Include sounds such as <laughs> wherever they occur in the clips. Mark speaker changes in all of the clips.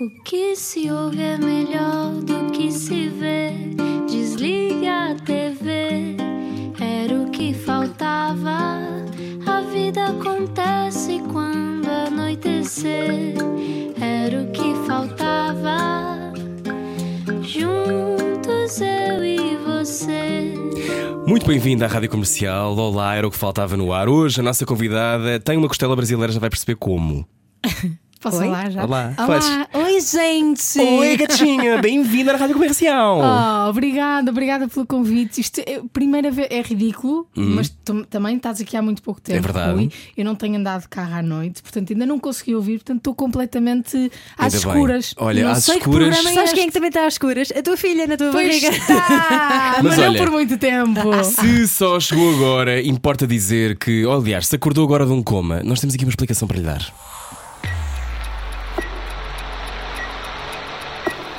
Speaker 1: O que se ouve é melhor do que se vê. Desliga a TV, era o que faltava. A vida acontece quando anoitecer, era o que faltava. Juntos eu e você.
Speaker 2: Muito bem-vindo à Rádio Comercial. Olá, era o que faltava no ar. Hoje a nossa convidada tem uma costela brasileira, já vai perceber como.
Speaker 3: Posso
Speaker 4: Oi?
Speaker 3: falar já?
Speaker 2: Olá.
Speaker 3: Olá.
Speaker 2: Podes.
Speaker 3: Oi, gente!
Speaker 2: Oi, gatinha, bem-vinda à Rádio Comercial.
Speaker 3: Oh, obrigada, obrigada pelo convite. Isto é, primeira vez é ridículo, mas tam- também estás aqui há muito pouco
Speaker 2: Uhum.
Speaker 3: tempo.
Speaker 2: É verdade.
Speaker 3: Rui. Eu não tenho andado de carro à noite, portanto ainda não consegui ouvir, portanto estou completamente às
Speaker 2: Ainda bem.
Speaker 3: escuras.
Speaker 2: Olha,
Speaker 3: não
Speaker 2: às
Speaker 3: sei
Speaker 2: escuras-
Speaker 3: que programa é
Speaker 4: Sabes
Speaker 3: este.
Speaker 4: quem é que também está às escuras? A tua filha na tua
Speaker 3: Pois
Speaker 4: barriga.
Speaker 3: está,
Speaker 2: <laughs>
Speaker 3: mas,
Speaker 2: Mas
Speaker 3: não
Speaker 2: olha-
Speaker 3: por muito tempo.
Speaker 4: Ah,
Speaker 2: Se só chegou agora, importa dizer que, oh, aliás, se acordou agora de um coma, nós temos aqui uma explicação para lhe dar.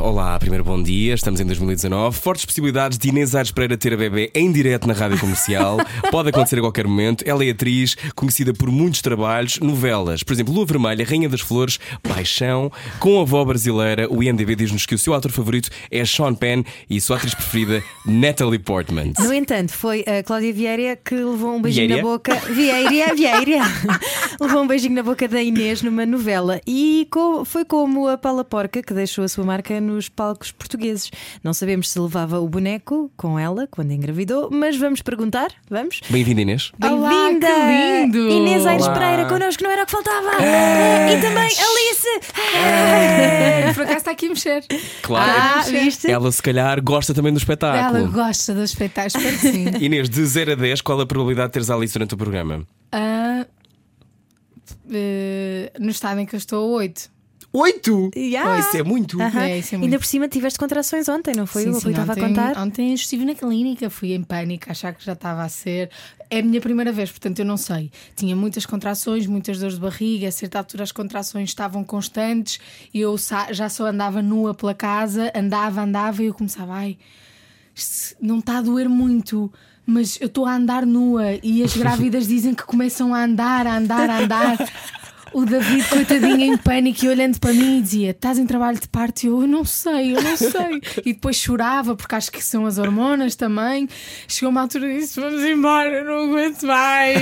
Speaker 2: Olá, primeiro bom dia, estamos em 2019. Fortes possibilidades de Inês Aires Pereira ter a bebê em direto na rádio comercial. Pode acontecer a qualquer momento. Ela é atriz, conhecida por muitos trabalhos, novelas, por exemplo, Lua Vermelha, Rainha das Flores, Paixão. Com a avó brasileira, o IMDB diz-nos que o seu ator favorito é Sean Penn e a sua atriz preferida, Natalie Portman.
Speaker 4: No entanto, foi a Cláudia Vieira que levou um beijinho
Speaker 2: Vieira?
Speaker 4: na boca. Vieira, <laughs> Vieira. levou um beijinho na boca da Inês numa novela. E co- foi como a Paula Porca que deixou a sua marca nos palcos portugueses. Não sabemos se levava o boneco com ela quando engravidou, mas vamos perguntar. Vamos?
Speaker 2: Bem-vinda, Inês.
Speaker 3: Olá,
Speaker 4: Bem-vinda!
Speaker 3: que lindo!
Speaker 4: Inês Aires
Speaker 2: Olá. É.
Speaker 4: Pereira connosco, não era o que faltava! E também Alice!
Speaker 3: É, Por acaso está aqui a mexer.
Speaker 2: Claro.
Speaker 4: Ah, viste?
Speaker 2: Ela, se calhar, gosta também do espetáculo.
Speaker 3: Ela gosta dos espetáculos, espero que
Speaker 2: <laughs>
Speaker 3: sim.
Speaker 2: Inês, de 0 a 10, qual a probabilidade de teres a Alice durante o programa?
Speaker 3: Ah, eh, no estado em que eu estou, 8.
Speaker 2: 8!
Speaker 4: Yeah.
Speaker 2: isso é muito!
Speaker 4: Aham.
Speaker 3: É, isso é muito.
Speaker 4: Ainda por cima tiveste contrações ontem, não foi?
Speaker 3: Sim,
Speaker 4: o que
Speaker 3: sim,
Speaker 4: eu estava a
Speaker 3: ontem-
Speaker 4: contar.
Speaker 3: Ontem estive na clínica, fui em pânico, a achar que já estava a ser. É a minha primeira vez, portanto eu não sei. Tinha muitas contrações, muitas dores de barriga, a certa altura as contrações estavam constantes e eu sa- já só andava nua pela casa, andava, andava e eu começava, ai, isto não está a doer muito. Mas eu estou a andar nua
Speaker 2: <laughs>
Speaker 3: e as grávidas dizem que começam a andar, a andar, a andar. O David, coitadinho, em pânico e olhando para mim e dizia: Estás em trabalho de parto? E eu, eu não sei, eu não sei. E depois chorava, porque acho que são as hormonas também. Chegou uma altura e disse: Vamos embora, eu não aguento mais.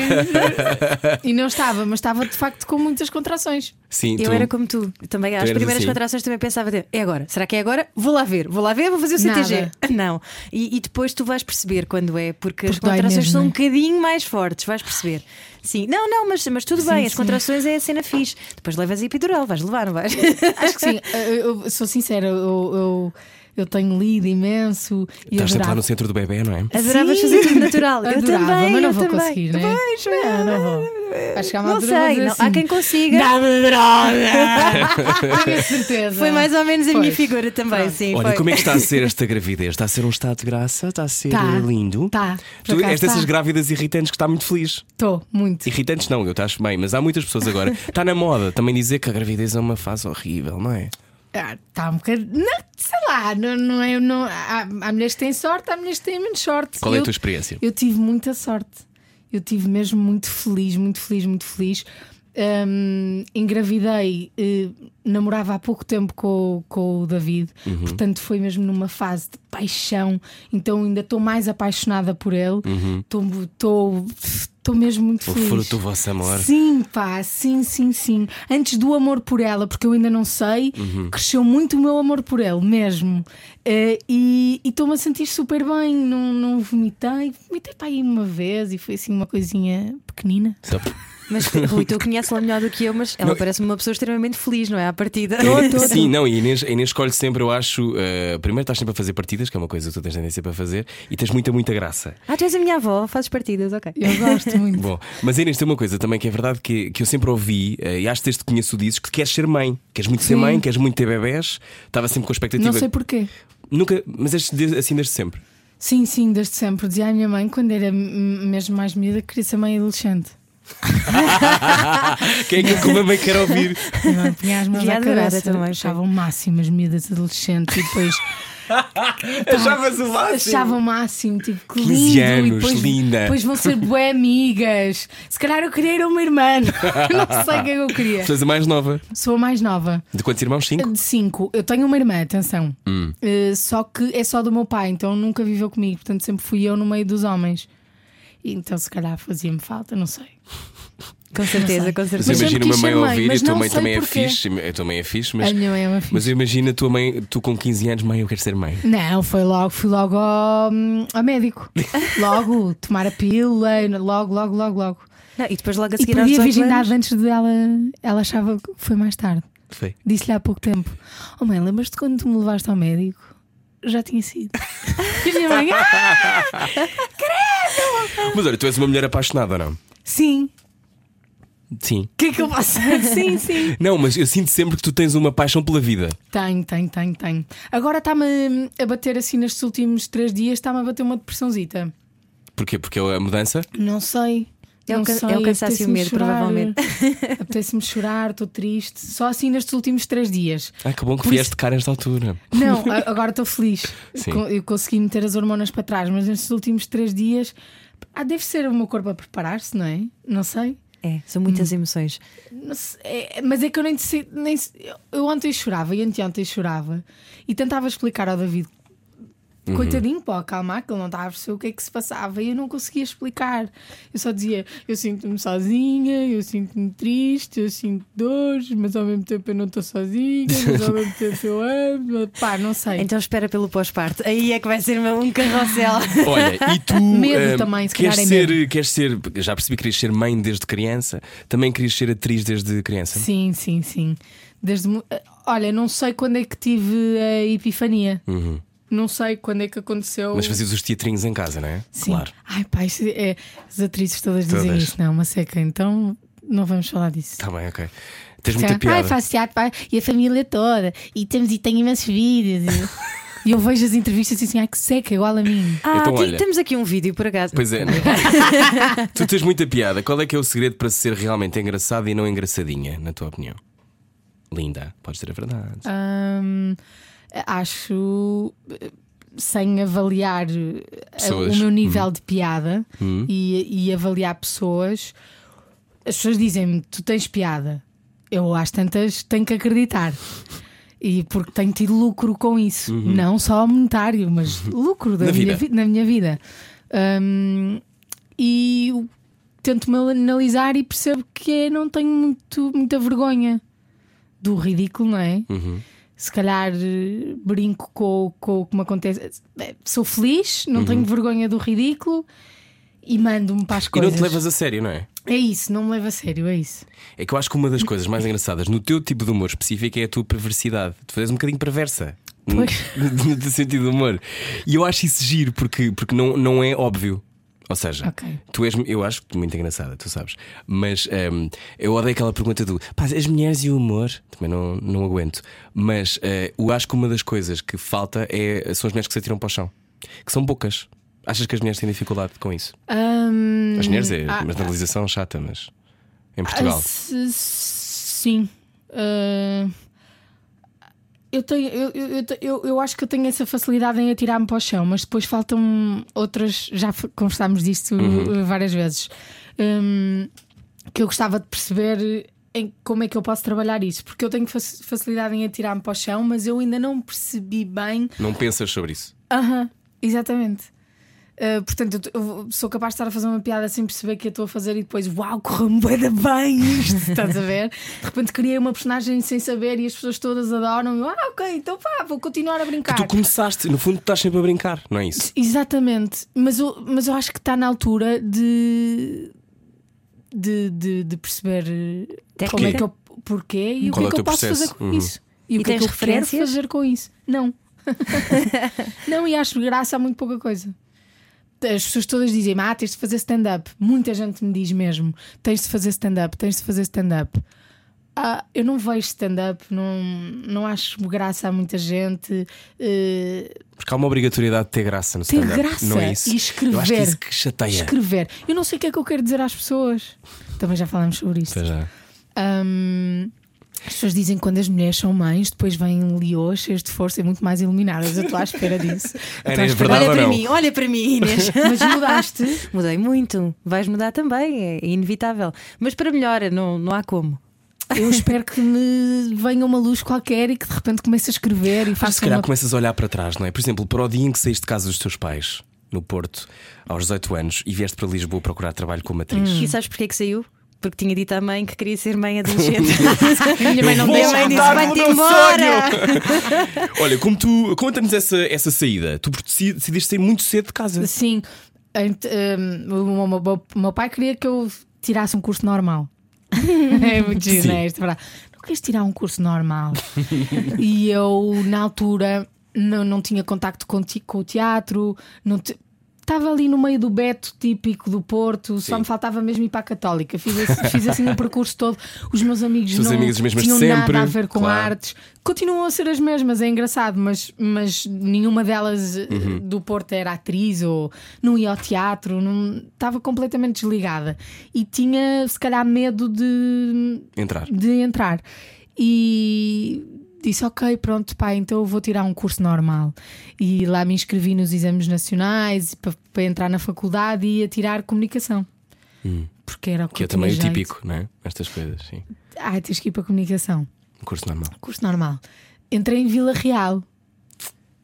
Speaker 3: e não estava, mas estava de facto com muitas contrações.
Speaker 2: Sim,
Speaker 4: Eu
Speaker 2: tu-
Speaker 4: era como tu, também às
Speaker 2: eras
Speaker 4: primeiras
Speaker 2: assim.
Speaker 4: contrações também pensava, é agora, será que é agora? Vou lá ver, vou lá ver, vou fazer o CTG.
Speaker 3: Nada.
Speaker 4: <laughs> Não. E, e depois tu vais perceber quando é, porque, as
Speaker 3: Porque dói
Speaker 4: contrações
Speaker 3: mesmo,
Speaker 4: são um
Speaker 3: não é?
Speaker 4: bocadinho mais fortes, vais perceber. Sim, não, não, mas, mas tudo bem, as
Speaker 3: sim.
Speaker 4: contrações é a cena fixe. Depois levas a epidural, vais levar, não vais?
Speaker 3: Acho que sim, eu, eu sou sincera, eu, eu, eu tenho lido imenso e
Speaker 2: Estás sempre lá
Speaker 3: adorava.
Speaker 2: no centro do bebê, não é?
Speaker 4: <laughs> Adoravas
Speaker 3: Sim.
Speaker 4: fazer tudo natural. eu
Speaker 3: Adorava,
Speaker 4: também,
Speaker 3: mas não
Speaker 4: eu
Speaker 3: vou
Speaker 4: também.
Speaker 3: conseguir, né?
Speaker 4: Vais,
Speaker 3: Não, não vou. Vai chegar uma
Speaker 4: Não
Speaker 3: altura, vou
Speaker 4: sei,
Speaker 3: dizer
Speaker 4: não.
Speaker 3: assim,
Speaker 4: há quem consiga. <laughs>
Speaker 3: <laughs> Tenho certeza.
Speaker 4: Foi mais ou menos a minha
Speaker 3: Pois.
Speaker 4: figura também, sim.
Speaker 2: Olha,
Speaker 4: foi.
Speaker 2: como é que
Speaker 3: <laughs>
Speaker 2: está a ser esta gravidez? Está a ser um estado de graça? Está a ser
Speaker 3: Tá,
Speaker 2: eh, lindo?
Speaker 3: tá. Por
Speaker 2: Tu
Speaker 3: acaso
Speaker 2: és dessas
Speaker 3: tá.
Speaker 2: grávidas irritantes que está muito feliz.
Speaker 3: Estou, muito.
Speaker 2: Irritantes não, eu te acho bem, mas há muitas pessoas
Speaker 3: <laughs>
Speaker 2: agora. Está na moda também dizer que a gravidez é uma fase horrível, não é?
Speaker 3: Ah, Está um bocadinho. Não, sei lá, não, não, é- não, há, há mulheres que têm sorte, há mulheres que têm menos sorte.
Speaker 2: Qual é a
Speaker 3: Eu-
Speaker 2: tua experiência?
Speaker 3: Eu tive muita sorte. Eu tive mesmo muito feliz, muito feliz, muito feliz. Hum, engravidei, eh, namorava há pouco tempo com, o- com o David,
Speaker 2: Uhum.
Speaker 3: portanto foi mesmo numa fase de paixão, então ainda estou mais apaixonada por ele,
Speaker 2: Uhum.
Speaker 3: estou estou mesmo muito
Speaker 2: O
Speaker 3: feliz.
Speaker 2: fruto do vosso amor.
Speaker 3: Sim, pá, sim, sim, sim. Antes do amor por ela, porque eu ainda não sei,
Speaker 2: Uhum.
Speaker 3: cresceu muito o meu amor por ele mesmo. Eh, e e estou-me a sentir super bem, não, não vomitei. Vomitei para aí uma vez e foi assim uma coisinha pequenina.
Speaker 2: <laughs>
Speaker 4: Mas Rui, tu conheces-la melhor do que eu, mas ela
Speaker 2: Não,
Speaker 4: parece-me uma pessoa extremamente feliz, não é? À partida.
Speaker 2: <laughs> Sim, não, e a Inês, a Inês escolhe sempre, eu acho. eh, primeiro estás sempre a fazer partidas, que é uma coisa que tu tens tendência para fazer, e tens muita, muita graça.
Speaker 4: <laughs> Ah, tu és a minha avó, fazes partidas, ok.
Speaker 3: Eu
Speaker 2: <laughs>
Speaker 3: gosto muito.
Speaker 2: Bom, mas Inês, tem uma coisa também que é verdade que, que eu sempre ouvi, eh, e acho que desde que conheço dizes que queres ser mãe, queres muito ser
Speaker 3: Sim.
Speaker 2: mãe, queres muito ter bebés. Estava sempre com a expectativa.
Speaker 3: não sei porquê.
Speaker 2: Nunca, mas este- desde- assim desde sempre. <laughs>
Speaker 3: Sim, sim, desde sempre. Dizia à minha mãe, quando era m- mesmo mais miúda, que queria ser mãe adolescente.
Speaker 2: Quem é que eu mamãe quer ouvir?
Speaker 3: Não, Punha as mãos
Speaker 4: Devia
Speaker 3: na
Speaker 4: adorar
Speaker 3: cabeça,
Speaker 4: também, foi.
Speaker 3: achavam o máximo as miúdas adolescentes
Speaker 2: <laughs>
Speaker 3: e depois
Speaker 2: Achavas o máximo.
Speaker 3: Então, achavam o máximo, tipo, que
Speaker 2: 15
Speaker 3: lindo,
Speaker 2: Assim, anos,
Speaker 3: e depois,
Speaker 2: linda.
Speaker 3: depois vão ser bué amigas. Se calhar eu queria ir a uma irmã, <laughs> não sei o que é que eu queria.
Speaker 2: Tu és a mais nova.
Speaker 3: Sou a mais nova.
Speaker 2: De quantos irmãos? Cinco?
Speaker 3: De cinco. Eu tenho uma irmã, atenção.
Speaker 2: Hum.
Speaker 3: Eh, só que é só do meu pai, então nunca viveu comigo. Portanto, sempre fui eu no meio dos homens. E Então, se calhar, fazia-me falta, não sei.
Speaker 4: Com certeza, com
Speaker 2: Mas eu
Speaker 4: certeza.
Speaker 3: Mas sempre
Speaker 2: imagino uma
Speaker 3: quis
Speaker 2: mãe
Speaker 3: ser mãe,
Speaker 2: ouvir e a
Speaker 3: mas
Speaker 2: tua
Speaker 3: não
Speaker 2: mãe
Speaker 3: sei
Speaker 2: também é
Speaker 3: porquê.
Speaker 2: fixe. A tua mãe é fixe, mas.
Speaker 3: A minha mãe é uma fixe.
Speaker 2: Mas eu imagino a tua mãe, tu com 15 anos, mãe, eu quero ser mãe.
Speaker 3: Não, foi logo, fui logo ao, hum, ao médico.
Speaker 2: <laughs>
Speaker 3: Logo, tomar a pílula, logo, logo, logo, logo.
Speaker 4: Não, e depois logo
Speaker 3: E
Speaker 4: a seguir aos
Speaker 3: perdi a
Speaker 4: 18 anos.
Speaker 3: virgindade antes dela. Ela achava que foi mais tarde.
Speaker 2: Foi.
Speaker 3: Disse-lhe há pouco tempo: Oh mãe, lembras-te quando tu me levaste ao médico? Já tinha sido.
Speaker 4: <laughs>
Speaker 3: E a minha mãe: "Ah,
Speaker 2: Mas olha, tu és uma mulher apaixonada, ou não?
Speaker 3: Sim,
Speaker 2: Sim.
Speaker 3: o que é que eu
Speaker 4: <laughs>
Speaker 3: faço? sim, sim.
Speaker 2: Não, mas eu sinto sempre que tu tens uma paixão pela vida.
Speaker 3: Tenho, tenho, tenho, tenho. Agora está-me a bater assim nestes últimos três dias, está-me a bater uma depressãozita.
Speaker 2: Porquê? Porque é a mudança.
Speaker 3: Não sei.
Speaker 4: É o
Speaker 3: não
Speaker 4: can-
Speaker 3: sei,
Speaker 4: é o cansaço e o
Speaker 3: apetece-me
Speaker 4: medo,
Speaker 3: chorar.
Speaker 4: provavelmente.
Speaker 3: <laughs> Apetece-me chorar, estou triste. Só assim nestes últimos três
Speaker 4: <laughs>
Speaker 3: dias.
Speaker 2: Ah, que bom que
Speaker 3: Por
Speaker 2: vieste de cara nesta altura.
Speaker 3: Não, a- agora estou feliz.
Speaker 2: Sim.
Speaker 3: Co- Eu consegui meter as hormonas para trás, mas nestes últimos três dias. Ah, deve ser o meu corpo a preparar-se, não é? Não sei.
Speaker 4: É, são muitas
Speaker 2: Hum.
Speaker 4: emoções.
Speaker 3: Não se- é- é- mas é que eu nem sei. Nem, se- eu- eu ontem chorava e anteontem chorava e tentava explicar ao David, coitadinho, pô, acalmar, que ele não estava a perceber o que é que se passava e eu não conseguia explicar. Eu só dizia: eu sinto-me sozinha, eu sinto-me triste, eu sinto dores, mas ao mesmo tempo eu não estou sozinha, mas ao mesmo tempo eu amo. <laughs> Pá, não sei.
Speaker 4: Então espera pelo pós-parto. Aí é que vai ser uma-
Speaker 2: <laughs>
Speaker 4: um carrossel.
Speaker 2: Olha, e tu.
Speaker 3: <laughs> Medo
Speaker 2: ah,
Speaker 3: também, se
Speaker 2: queres
Speaker 3: calhar é
Speaker 2: ser, queres ser. Já percebi que querias ser mãe desde criança. Também querias ser atriz desde criança.
Speaker 3: Sim, sim, sim. Desde, mu- eh, olha, não sei quando é que tive a epifania. Não sei quando é que aconteceu.
Speaker 2: Mas fazias os teatrinhos em casa, não é?
Speaker 3: Sim.
Speaker 2: Claro.
Speaker 3: Ai, pá, isto é- as atrizes todas, dizem
Speaker 2: Todas.
Speaker 3: isso, não, é uma seca. Então não vamos falar disso.
Speaker 2: Está Tá bem, ok. Tens
Speaker 3: Tá.
Speaker 2: muita
Speaker 3: Ai,
Speaker 2: piada.
Speaker 3: faço teatro, pá, e a família toda. E temos e tenho imensos vídeos.
Speaker 2: <laughs>
Speaker 3: E, e eu vejo as entrevistas e assim, ai que seca, igual a mim.
Speaker 4: Ah,
Speaker 2: Então,
Speaker 4: ti-
Speaker 2: olha.
Speaker 4: temos aqui um vídeo por acaso.
Speaker 2: Pois
Speaker 3: <laughs>
Speaker 2: é, não. tu tens muita piada. Qual é que é o segredo para ser realmente engraçada e não engraçadinha, na tua opinião? Linda, pode ser a verdade.
Speaker 3: Hum, acho eh, sem avaliar eh,
Speaker 2: Pessoas. Uhum.
Speaker 3: o meu nível de piada e, e avaliar pessoas. As pessoas dizem-me: Tu tens piada. Eu, às tantas, tenho que acreditar. E porque tenho tido lucro com isso. Não só monetário, mas lucro da
Speaker 2: Uhum. Na vida.
Speaker 3: minha vi- na minha vida. Hum, e o- tento-me analisar e percebo que é- não tenho muito, muita vergonha do ridículo, não é?
Speaker 2: Uhum.
Speaker 3: Se calhar eh, brinco com, o- com o que me acontece. Eh, Sou feliz, não tenho vergonha do ridículo e mando-me para as
Speaker 2: Uhum. E não
Speaker 3: coisas.
Speaker 2: te levas a sério, não é?
Speaker 3: É isso, não me levo a sério, é isso.
Speaker 2: É que eu acho que uma das coisas mais engraçadas no teu tipo de humor específico é a tua perversidade. Tu fazes um bocadinho perversa.
Speaker 3: Pois.
Speaker 2: <laughs> No, no teu sentido de humor. E eu acho isso giro porque, porque não, não é óbvio. Ou seja,
Speaker 3: Ok.
Speaker 2: tu és, eu acho que tu é muito engraçada, tu sabes. Mas ehm, eu odeio aquela pergunta do pá, as mulheres e o humor. Também não, não aguento. Mas eh, eu acho que uma das coisas que falta é, são as mulheres que se atiram para o chão, que são poucas. Achas que as mulheres têm dificuldade com isso?
Speaker 3: Hum,
Speaker 2: As mulheres é
Speaker 3: ah,
Speaker 2: uma generalização chata, mas em
Speaker 3: ah,
Speaker 2: Portugal.
Speaker 3: se- sim. Ah, eu, tenho, eu, eu, eu te- eu, eu acho que eu tenho essa facilidade em atirar-me para o chão, mas depois faltam outras. Já f- conversámos disto
Speaker 2: Uhum.
Speaker 3: eh, várias vezes. Hum, que eu gostava de perceber em como é que eu posso trabalhar isso, porque eu tenho fac- facilidade em atirar-me para o chão, mas eu ainda não percebi bem.
Speaker 2: Não pensas sobre isso.
Speaker 3: Aham, exatamente. Ah, portanto, eu t- eu, vou- sou capaz de estar a fazer uma piada sem perceber que eu estou a fazer e depois, uau, correu-me bué de bem isto, <laughs> estás a ver? De repente criei uma personagem sem saber e as pessoas todas adoram. Eu, ah, ok, então pá, vou continuar a brincar.
Speaker 2: Tu começaste, no fundo, estás sempre a brincar, não é isso?
Speaker 3: Exatamente, mas eu, mas eu acho que está na altura de, de, de, de perceber eh,
Speaker 4: Técnica?
Speaker 3: como é que eu, porquê e
Speaker 2: Qual
Speaker 3: o
Speaker 2: é o
Speaker 3: que
Speaker 2: teu
Speaker 3: é que eu posso
Speaker 2: processo?
Speaker 3: fazer com
Speaker 2: Uhum.
Speaker 3: isso. E,
Speaker 4: E
Speaker 3: o que é que eu
Speaker 4: tens
Speaker 3: quero
Speaker 4: referências?
Speaker 3: fazer com isso? Não. <laughs> não, e acho graça a muito pouca coisa. As pessoas todas dizem, ah, tens de fazer stand-up. Muita gente me diz mesmo, tens de fazer stand-up, tens de fazer stand-up. ah, eu não vejo stand-up, não, não acho graça a muita gente. eh,
Speaker 2: Porque há uma obrigatoriedade de ter graça no
Speaker 3: ter
Speaker 2: stand-up.
Speaker 3: graça
Speaker 2: Não é isso?
Speaker 3: e escrever.
Speaker 2: Eu acho que é isso que chateia.
Speaker 3: Escrever. Eu não sei o que é que eu quero dizer às pessoas. Também já falamos sobre isso.
Speaker 2: Pois é.
Speaker 3: Hum, as pessoas dizem que quando as mulheres são mães, depois vêm leões cheias de força e muito mais iluminadas. Eu estou à
Speaker 2: <laughs>
Speaker 3: espera disso. Eu estou à
Speaker 2: Inês,
Speaker 3: espera-
Speaker 2: Verdade
Speaker 4: olha
Speaker 2: ou
Speaker 4: para
Speaker 2: é, não?
Speaker 4: mim, olha para mim,
Speaker 2: <laughs>
Speaker 4: Inês.
Speaker 3: Mas mudaste.
Speaker 4: Mudei muito. Vais mudar também, é inevitável. Mas para melhor, não, não há como.
Speaker 3: Eu espero que me venha uma luz qualquer e que de repente comece a escrever e
Speaker 2: Acho que Ah, se
Speaker 3: faça
Speaker 2: calhar
Speaker 3: uma...
Speaker 2: começas a olhar para trás, não é? Por exemplo, para o dia em que saíste de casa dos teus pais, no Porto, aos 18 anos, e vieste para Lisboa procurar trabalho como atriz.
Speaker 3: Hum.
Speaker 4: E sabes porquê que saiu? Porque tinha dito à mãe que queria ser mãe
Speaker 3: <laughs>
Speaker 4: adolescente.
Speaker 3: Minha mãe não
Speaker 4: Minha mãe disse:
Speaker 2: voltar
Speaker 4: vai-te
Speaker 2: ao meu
Speaker 4: embora!
Speaker 2: <laughs> Olha, como tu conta-nos essa, essa saída. Tu deci- decidiste sair muito cedo de casa.
Speaker 3: Sim, ent- hum, o meu- meu- meu pai queria que eu tirasse um curso normal. <laughs> é muito giro,
Speaker 2: Sim.
Speaker 3: não é? Esta frase. Não queres tirar um curso normal? <laughs> e eu, na altura, não, não tinha contacto com, ti- com o teatro, não te- Estava ali no meio do Beto típico do Porto, só me faltava mesmo ir para a Católica. Fiz, esse- fiz assim o percurso todo. Os meus amigos
Speaker 2: Os teus
Speaker 3: não
Speaker 2: amigos, os mesmos de
Speaker 3: tinham
Speaker 2: sempre,
Speaker 3: nada a ver com
Speaker 2: claro.
Speaker 3: artes. Continuam a ser as mesmas, é engraçado, mas, mas nenhuma delas eh,
Speaker 2: Uhum.
Speaker 3: do Porto era atriz ou não ia ao teatro, não, estava completamente desligada. E tinha, se calhar, medo de,
Speaker 2: Entrar.
Speaker 3: de entrar. E disse: Ok, pronto, pá, então eu vou tirar um curso normal. E lá me inscrevi nos exames nacionais para, para entrar na faculdade e ia tirar comunicação. Porque era o que,
Speaker 2: Que é
Speaker 3: eu tinha
Speaker 2: também o
Speaker 3: jeito.
Speaker 2: típico, não é? Estas coisas, sim.
Speaker 3: Ah, tens que ir para comunicação.
Speaker 2: Um curso
Speaker 3: <laughs>
Speaker 2: normal.
Speaker 3: Curso normal. Entrei em Vila Real.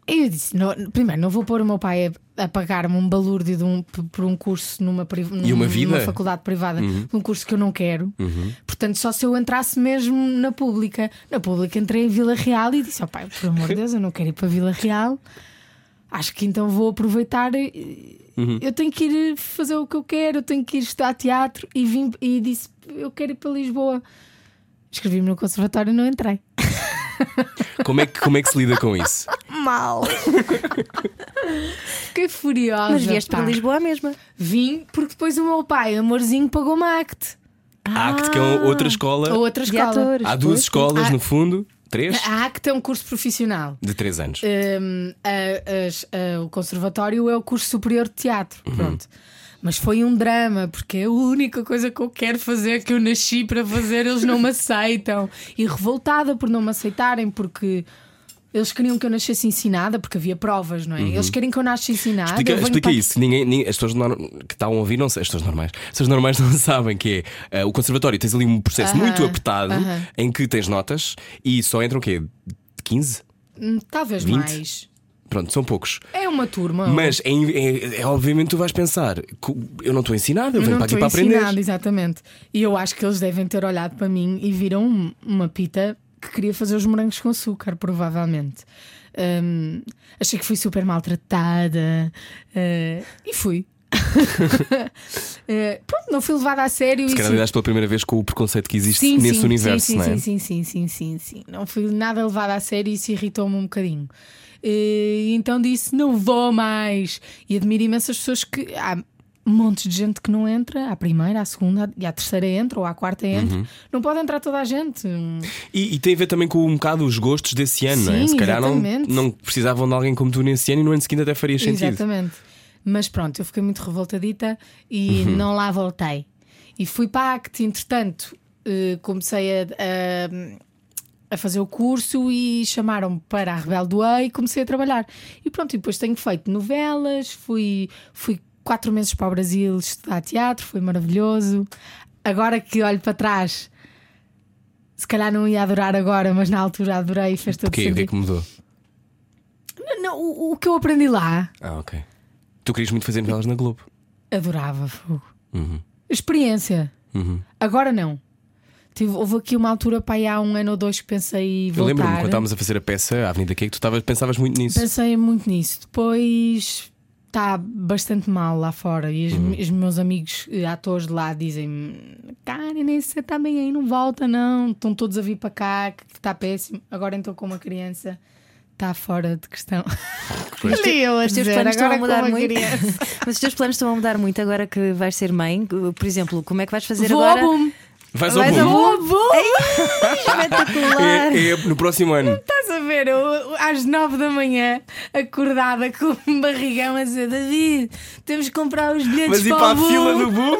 Speaker 3: E eu disse: não- Primeiro, não vou pôr o meu pai a, a pagar-me um balúrdio de um, p- por um curso numa, pri-
Speaker 2: E uma
Speaker 3: num-
Speaker 2: vida? Uhum.
Speaker 3: numa faculdade privada, de um curso que eu não quero. Portanto, só se eu entrasse mesmo na pública. Na pública, entrei em Vila Real e disse: Ó pai, por amor de Deus, eu não quero ir para Vila Real. Acho que então vou aproveitar. e-
Speaker 2: Uhum.
Speaker 3: Eu tenho que ir eh, fazer o que eu quero, eu tenho que ir estudar teatro. E, vim, e disse: Eu quero ir para Lisboa. Escrevi-me no conservatório e não entrei.
Speaker 2: Como é, que, como é que se lida com isso?
Speaker 3: mal. <laughs> Fiquei furiosa.
Speaker 4: Mas vieste
Speaker 3: pá.
Speaker 4: para Lisboa mesmo.
Speaker 3: Vim porque depois o meu pai, amorzinho, pagou-me a ACT.
Speaker 2: Há que é outra escola.
Speaker 3: A outra
Speaker 4: De
Speaker 3: escola.
Speaker 4: atores.
Speaker 2: Há duas escolas,
Speaker 3: Ah.
Speaker 2: no fundo. Três?
Speaker 3: A ACT é um curso profissional.
Speaker 2: De três anos.
Speaker 3: Hum, a- as- a- o conservatório é o curso superior de teatro.
Speaker 2: Uhum.
Speaker 3: Pronto. Mas foi um drama, porque é a única coisa que eu quero fazer, que eu nasci para fazer, eles não
Speaker 4: <laughs>
Speaker 3: me aceitam. E revoltada por não me aceitarem, porque eles queriam que eu nascesse ensinada, porque havia provas, não é? Eles querem que eu nasça ensinada.
Speaker 2: Uhum. Explica,
Speaker 3: eu venho
Speaker 2: explica
Speaker 3: para-
Speaker 2: isso. Ninguém, ninguém- as pessoas norm- que estão a ouvir, não sei, as pessoas normais, as pessoas normais <laughs> não sabem que é ah, o conservatório. Tens ali um processo
Speaker 3: Aham,
Speaker 2: muito apertado
Speaker 3: aham.
Speaker 2: em que tens notas e só entram o quê? 15?
Speaker 3: Hum, Talvez
Speaker 2: 20?
Speaker 3: mais.
Speaker 2: Pronto, são poucos.
Speaker 3: É uma turma.
Speaker 2: Mas é, é- é- obviamente tu vais pensar, "Co- eu não estou ensinado, eu venho
Speaker 3: não
Speaker 2: para aqui
Speaker 3: estou
Speaker 2: para
Speaker 3: ensinada,
Speaker 2: aprender.
Speaker 3: exatamente. E eu acho que eles devem ter olhado para mim e viram um- uma pita que queria fazer os morangos com açúcar, provavelmente. Hum, achei que fui super maltratada eh, e fui. <laughs> Eh, pronto, não fui levada a sério.
Speaker 2: Se
Speaker 3: e
Speaker 2: calhar
Speaker 3: sim-
Speaker 2: lidaste pela primeira vez com o preconceito que existe nesse universo,
Speaker 3: sim,
Speaker 2: não é?
Speaker 3: sim, sim, sim, sim, sim, sim. Não fui nada levada a sério e isso irritou-me um bocadinho. E, então disse: não vou mais. E admiro imensas pessoas que. Há montes de gente que não entra, à primeira, à segunda e à terceira entra, ou à quarta entra.
Speaker 2: Uhum.
Speaker 3: Não pode entrar toda a gente. Um,
Speaker 2: E, e tem a ver também com um bocado os gostos desse ano, não é?
Speaker 3: Sim,
Speaker 2: Se calhar não,
Speaker 3: exatamente.
Speaker 2: não precisavam de alguém como tu nesse ano e no ano seguinte até faria sentido.
Speaker 3: Exatamente. Mas pronto, eu fiquei muito revoltadita e não lá voltei. E fui para a ACT, entretanto, eh, comecei a, a- a fazer o curso e chamaram-me para a Rebelde do A e comecei a trabalhar. E pronto, e depois tenho feito novelas, fui, fui quatro meses para o Brasil estudar teatro, foi maravilhoso. Agora que olho para trás, se calhar não ia adorar agora, mas na altura adorei e fez todo
Speaker 2: Porquê? O que é
Speaker 3: sentido.
Speaker 2: que mudou?
Speaker 3: Não, não, o- o que eu aprendi lá
Speaker 2: Ah, ok. Tu querias muito fazer novelas na Globo.
Speaker 3: Adorava fogo.
Speaker 2: Uhum.
Speaker 3: Experiência.
Speaker 2: Uhum.
Speaker 3: Agora não. Tive, houve aqui uma altura, pai, há um ano ou dois que pensei em
Speaker 2: Eu lembro-me quando
Speaker 3: voltar.
Speaker 2: estávamos a fazer a peça, a Avenida Cake, tu tavas- pensavas muito nisso.
Speaker 3: Pensei muito nisso. Depois está bastante mal lá fora. E os,
Speaker 2: Uhum.
Speaker 3: os meus amigos eh, atores de lá dizem-me: Cara, nem você está bem aí, não volta, não. Estão todos a vir para cá, que está péssimo. Agora então, com uma criança, está fora de questão. tipo,
Speaker 2: Pois.
Speaker 3: Olha eu a
Speaker 4: Os teus
Speaker 3: dizer,
Speaker 4: planos estão a
Speaker 3: agora com
Speaker 4: mudar
Speaker 3: uma
Speaker 4: muito.
Speaker 3: criança.
Speaker 4: <laughs> Mas os teus planos estão a mudar muito agora que vais ser mãe. Por exemplo, como é que vais fazer
Speaker 3: Vou ao
Speaker 4: agora?
Speaker 3: boom.
Speaker 2: Vais ao
Speaker 4: Vais ao
Speaker 2: boom.
Speaker 4: boom. Ei,
Speaker 2: <laughs>
Speaker 4: Espetacular!
Speaker 2: É, é no próximo ano.
Speaker 3: Estás a ver, eu, às nove da manhã, acordada com um barrigão a dizer: David, temos que comprar os bilhetes
Speaker 2: Mas ir
Speaker 3: para,
Speaker 2: para a
Speaker 3: o Boom."
Speaker 2: fila do boom.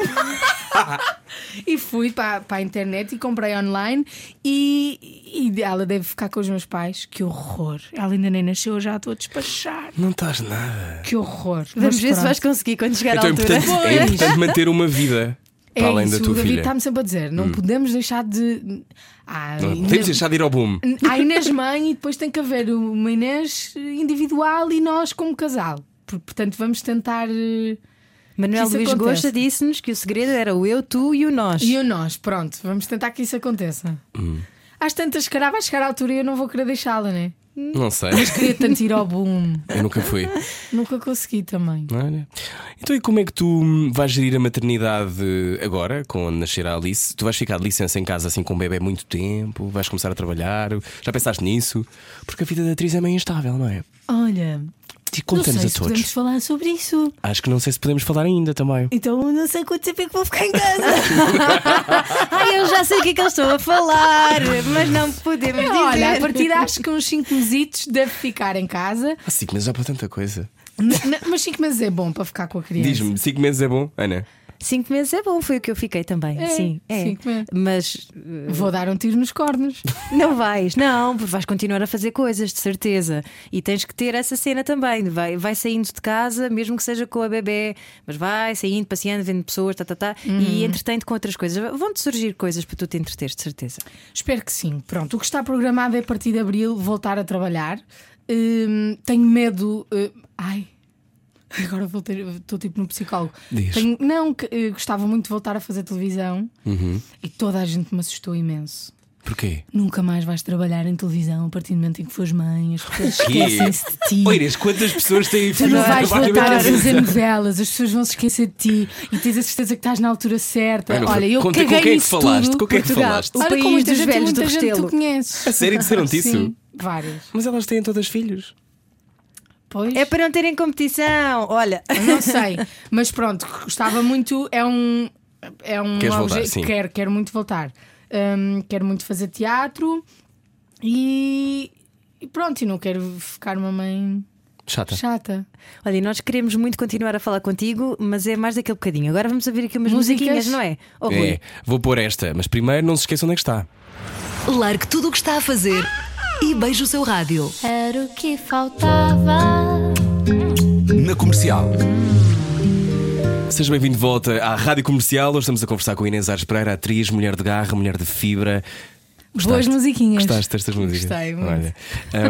Speaker 3: E fui para, para a internet e comprei online. E, e ela deve ficar com os meus pais. Que horror! Ela ainda nem nasceu, eu já a estou a despachar.
Speaker 2: Não estás nada.
Speaker 3: Que horror!
Speaker 4: Vamos
Speaker 3: Mas
Speaker 4: ver se
Speaker 3: pronto.
Speaker 4: vais conseguir quando chegar
Speaker 2: Então
Speaker 4: à
Speaker 2: é
Speaker 4: altura.
Speaker 2: importante, é
Speaker 3: Pois.
Speaker 2: importante manter uma vida
Speaker 3: É
Speaker 2: para além
Speaker 3: isso,
Speaker 2: da tua
Speaker 3: o David tá
Speaker 2: filha. Hum.
Speaker 3: está-me sempre a dizer: não podemos deixar de. Ah,
Speaker 2: Não,
Speaker 3: ainda-
Speaker 2: é? Temos de deixar de ir ao boom.
Speaker 3: Há Inês mãe e depois tem que haver uma Inês individual e nós como casal. Por- Portanto, vamos tentar. eh,
Speaker 4: Manuel
Speaker 3: que isso
Speaker 4: Luís
Speaker 3: acontece.
Speaker 4: Gosta disse-nos que o segredo era o eu, tu e o nós.
Speaker 3: E o nós, pronto, vamos tentar que isso aconteça. Às tantas, se calhar vai chegar à altura e eu não vou querer deixá-la, né?
Speaker 2: Não
Speaker 3: <laughs>
Speaker 2: sei.
Speaker 3: Queria tanto ir ao <laughs> boom.
Speaker 2: Eu nunca fui.
Speaker 3: Nunca consegui também.
Speaker 2: Olha. Então, e como é que tu hum, vais gerir a maternidade eh, agora, com nascer a Alice? Tu vais ficar de licença em casa assim com o bebê muito tempo? Vais começar a trabalhar? Já pensaste nisso? Porque a vida da atriz é meio instável, não é?
Speaker 3: Olha,
Speaker 2: E
Speaker 3: não
Speaker 2: contamos
Speaker 3: sei
Speaker 2: a
Speaker 3: se
Speaker 2: todos.
Speaker 3: podemos falar sobre isso.
Speaker 2: Acho que não sei se podemos falar ainda também.
Speaker 3: Então não sei quanto tempo é que vou ficar em casa.
Speaker 4: <laughs> Ai, eu já sei o que é que eles estão a falar, mas não podemos dizer.
Speaker 3: Olha, a <laughs> partir de acho que uns 5 mesitos deve ficar em casa.
Speaker 2: Ah, cinco meses dá para tanta coisa.
Speaker 3: N- n- Mas 5 meses é bom para ficar com a criança.
Speaker 2: Diz-me, cinco meses é bom, Ana?
Speaker 4: Cinco meses é bom, foi o que eu fiquei também.
Speaker 3: É,
Speaker 4: Sim, é.
Speaker 3: cinco meses.
Speaker 4: Mas
Speaker 3: Vou dar um tiro nos cornos.
Speaker 4: Não vais, não, porque vais continuar a fazer coisas, de certeza. E tens que ter essa cena também. Vai, vai saindo de casa, mesmo que seja com a bebê, mas vai saindo, passeando, vendo pessoas, tá, tá, tá,
Speaker 5: Uhum.
Speaker 4: e entretém-te com outras coisas. Vão-te surgir coisas para tu te entreteres, de certeza.
Speaker 3: Espero que sim. Pronto, o que está programado é a partir de abril voltar a trabalhar. Hum, tenho medo. eh, ai. <laughs> Agora vou ter- estou tipo no psicólogo.
Speaker 2: Diz.
Speaker 3: Tenho- não, que, eh, gostava muito de voltar a fazer televisão
Speaker 2: Uhum.
Speaker 3: e toda a gente me assustou imenso.
Speaker 2: Porquê?
Speaker 3: Nunca mais vais trabalhar em televisão a partir do momento em que fores mãe, as pessoas esquecem-se de ti.
Speaker 2: Oi, Inês, quantas pessoas têm
Speaker 3: <laughs> Tu
Speaker 2: filhos
Speaker 3: não
Speaker 2: que
Speaker 3: vais
Speaker 2: trabalham em
Speaker 3: voltar a
Speaker 2: televisão?
Speaker 3: fazer novelas, as pessoas vão se esquecer de ti e tens a certeza que estás na altura certa.
Speaker 2: Ai, não,
Speaker 3: Olha, eu
Speaker 2: com- com
Speaker 3: caguei
Speaker 2: quem é que
Speaker 3: nisso
Speaker 2: falaste?
Speaker 3: tudo.
Speaker 2: Com quem é que
Speaker 4: Portugal.
Speaker 2: falaste?
Speaker 4: O
Speaker 3: Olha,
Speaker 4: país
Speaker 3: com muita
Speaker 4: dos
Speaker 3: gente,
Speaker 4: velhos
Speaker 3: muita
Speaker 4: do
Speaker 3: gente tu
Speaker 4: Restelo.
Speaker 3: conheces.
Speaker 2: A sério, disseram-te isso?
Speaker 3: Sim, várias.
Speaker 2: Mas elas têm todas filhos.
Speaker 3: Pois.
Speaker 4: É para não terem competição, olha. <laughs>
Speaker 3: Não sei, mas pronto, gostava muito. É um. É um
Speaker 2: Queres voltar,
Speaker 3: obje-
Speaker 2: sim.
Speaker 3: Quero, quero muito voltar. Hum, quero muito fazer teatro e. E pronto, e não quero ficar uma mãe
Speaker 2: Chata.
Speaker 3: chata.
Speaker 4: Olha, e nós queremos muito continuar a falar contigo, mas é mais daquele bocadinho. Agora vamos ouvir aqui umas
Speaker 3: Músicas?
Speaker 4: musiquinhas, não é? Oh, Rui.
Speaker 2: É, vou pôr esta, mas primeiro não se esqueçam onde é que está.
Speaker 5: Largue tudo o que está a fazer e beije o seu rádio.
Speaker 1: Era o que faltava.
Speaker 6: Na comercial.
Speaker 2: Seja bem-vindo de volta à Rádio Comercial. Hoje estamos a conversar com Inês Aires Pereira, atriz, mulher de garra, mulher de fibra.
Speaker 3: Boas musiquinhas.
Speaker 2: Gostaste destas músicas?
Speaker 3: Gostei muito. <laughs>
Speaker 2: Olha,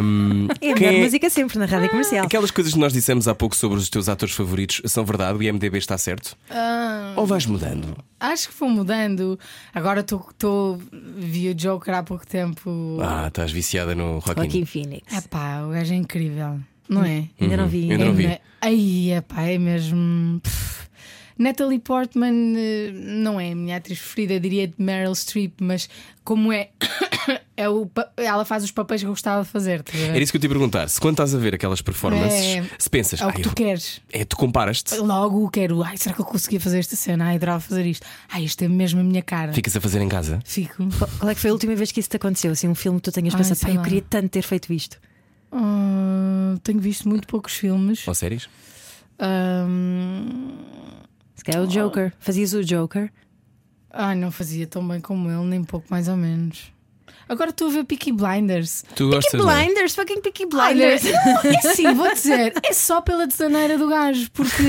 Speaker 2: hum,
Speaker 4: É a
Speaker 2: quem
Speaker 4: melhor
Speaker 2: é-
Speaker 4: música sempre na
Speaker 5: Ah.
Speaker 4: rádio comercial.
Speaker 2: Aquelas coisas que nós dissemos há pouco sobre os teus atores favoritos são verdade? O IMDB está certo?
Speaker 3: Ah.
Speaker 2: Ou vais mudando?
Speaker 3: Acho que vou mudando. Agora estou. Vi o Joker há pouco tempo.
Speaker 2: Ah, estás viciada no Joaquim.
Speaker 4: Joaquim Phoenix.
Speaker 3: Ah pá, o gajo é incrível, não é?
Speaker 4: Ainda não vi.
Speaker 2: Hum, Ainda não
Speaker 3: é
Speaker 2: vi.
Speaker 3: me- Ai, epá, é mesmo. Pff. Natalie Portman eh, não é a minha atriz preferida, diria de Meryl Streep, mas como é, <coughs> é o, pa- ela faz os papéis que eu gostava de fazer. estás a ver?
Speaker 2: Era isso que eu te ia perguntar. Se quando estás a ver aquelas performances,
Speaker 3: É.
Speaker 2: se pensas,
Speaker 3: É o
Speaker 2: "Ai,
Speaker 3: que tu
Speaker 2: eu-
Speaker 3: queres.
Speaker 2: é, tu comparas-te,
Speaker 3: Logo quero, ai, será que eu conseguia fazer esta cena? Ai, adorava fazer isto. Ai, isto é mesmo a minha cara.
Speaker 2: ficas a fazer em casa.
Speaker 3: Fico.
Speaker 4: Qual é que foi a última vez que isso te aconteceu? Assim, um filme que tu tenhas
Speaker 3: Ai,
Speaker 4: pensado,
Speaker 3: sei
Speaker 4: pá, eu
Speaker 3: lá.
Speaker 4: queria tanto ter feito isto.
Speaker 3: Ah, tenho visto muito poucos filmes.
Speaker 2: Ou séries?
Speaker 3: Ah,
Speaker 4: Se calhar é o Joker. Fazias o Joker.
Speaker 3: Ai, não fazia tão bem como ele, nem pouco mais ou menos. Agora estou a ver Peaky Blinders.
Speaker 2: Tu gostas não é?
Speaker 4: Blinders, fucking Peaky
Speaker 3: Olha, não, é assim, vou dizer, é só pela desaneira do gajo, porque,